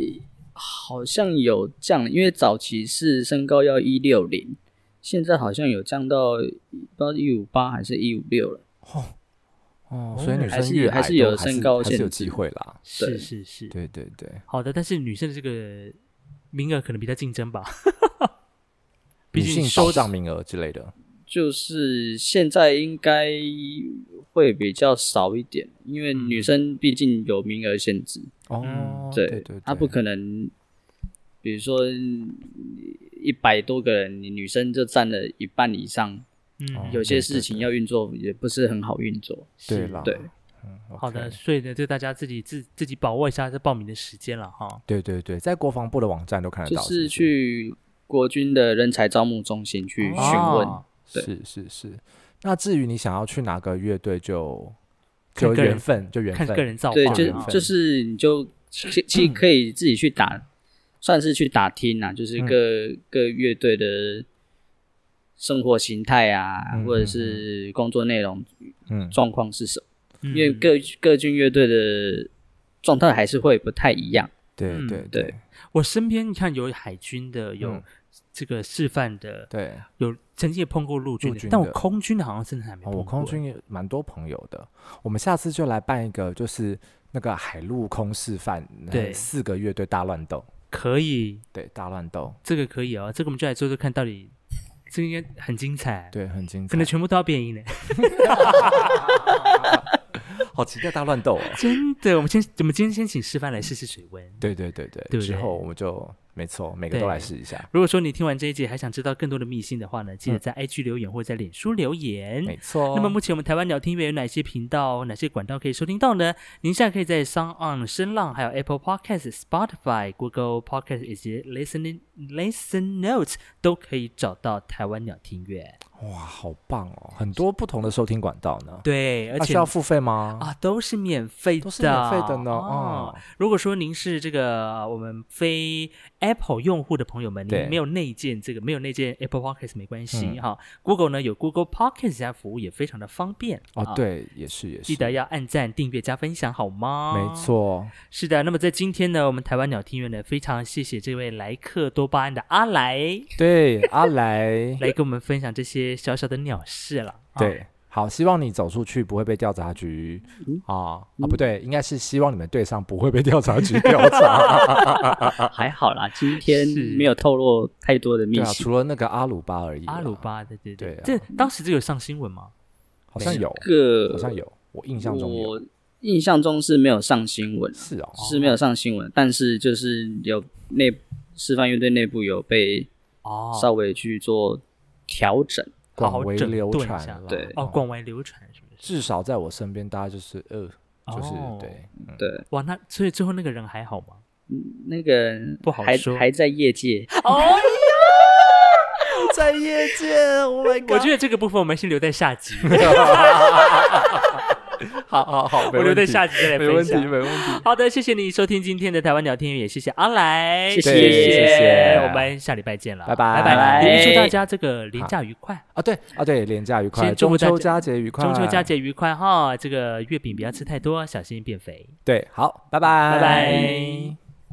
好像有降，因为早期是身高要一六零，现在好像有降到不知道一五八还是一五六了。
哦，所以女
还
生
是
越
有
矮
还是
都
有身高
还是有
限
机
制
会啦，
是
对
是是，
对对对，
好的，但是女生的这个名额可能比较竞争吧，毕
女
竟
性
收
保障名额之类的，
就是现在应该会比较少一点，因为女生毕竟有名额限制，
哦
嗯，
对
对
对，
她不可能，比如说一百多个人，你女生就占了一半以上，
嗯，
有
对
些
对
事情要运作也不是很好运作。
哦对
是
啦，
对
嗯，
好的，
OK，
所以呢，这个大家自己自自己把握一下这报名的时间了哈。
对对对，在国防部的网站都看得
就
到，
是
不
去国军的人才招募中心去询问。
哦
对
是是是。那至于你想要去哪个乐队，就
看
就
个人
缘分，就缘
看
分，
个人造化
对，
了哈。
就
啊
就是你就其其实可以自己去打，算是去打听啊，
嗯
就是各、各乐队的生活形态啊，
嗯
或者是工作内容
嗯，
状况是什么，
因
因为各各军乐队的状态还是会不太一样。
对
嗯
对
对
对
我身边你看有海军的，有
嗯
这个示范的，
对。
有曾经也碰过陆军
陆
的
军，的
但我空军的好像真的还没
哦，
嗯
碰过。
我空军也蛮多朋友的，我们下次就来办一个，就是那个海陆空示范，呃
对
四个乐队大乱斗，
可以，
对，大乱斗，
这个可以哦，这个我们就来做做看到底这个应该很精彩，
对，很精彩，
可能全部都要变音呢。
<laughs> 好期待大乱斗哦。
真的，我们先我们今天先请示范来试试水温。
对对对对，
对不
之
对
后我们就没错，每个都
对
来试一下，
如果说你听完这一集还想知道更多的秘辛的话呢，记得在 IG 留言或者在脸书留言。
嗯没错。
嗯那么目前我们台湾聊天乐有哪些频道、哪些管道可以收听到呢？您现在可以在 s o n On、声浪、还有 Apple Podcast、Spotify、Google Podcast 以及 Listening Listen Notes 都可以找到台湾聊天乐。
哇，好棒哦，很多不同的收听管道呢，
对，而
啊
且
需要付费吗？
啊，都是免费的，
都是免费的呢
哦
哦，
如果说您是这个我们非 Apple 用户的朋友们，
对嗯
您没有内建这个没有内建 Apple Podcast 没关系哈、Google 呢有 Google Podcast 这家服务也非常的方便
哦
啊，
对，也是也是，
记得哦要按赞、订阅、加分享，好吗？
没，错，
是的。那么在今天呢，我们台湾鸟听院呢，非常谢谢这位莱克多巴胺的阿来
对，
<laughs>
阿来，
来跟我们分享这些小小的鸟事了。啊，
对，好，希望你走出去不会被调查局
嗯
啊啊，不对，应该是希望你们队上不会被调查
<laughs>
局调查。
还好啦，今天
是
没有透露太多的
啊对
秘
啊，
辛。
除了那个阿鲁巴而已啦，
啊阿鲁巴，对对对，
对啊
这当时这有上新闻吗？
好像有，
个
好像有，我印象中有，
我印象中是没有上新闻，啊
是哦，
是没有上新闻，但是就是有内示范乐队内部有被
哦，
稍微去做调整。
好好
广为
整
流
顿一
传
下
啦
对
哦，广为流传是不是？
至少在我身边，大家就是呃，就是
哦
对，嗯
对，
哇，那所以最后那个人还好吗？
那个人
不好
还
说
还在业界。
哦
<laughs>
在业界，Oh my
我觉得这个部分我们先留在下
<laughs>
集，
好好好，
我留在下集再来
没问
分
题，
享。
没
<laughs>
问题。
好的，谢谢你收听今天的台湾聊天，也谢谢阿来，
谢谢
谢
谢
谢
我们下礼拜见了，
拜拜
拜
拜
也
拜
祝大家这个廉假愉快，
啊，对啊，对，廉假愉快，
先祝
中
福大家
秋佳节愉快，
中秋佳节愉快哈，这个月饼不要吃太多，小心变肥。
对，好，拜
拜
拜，
拜。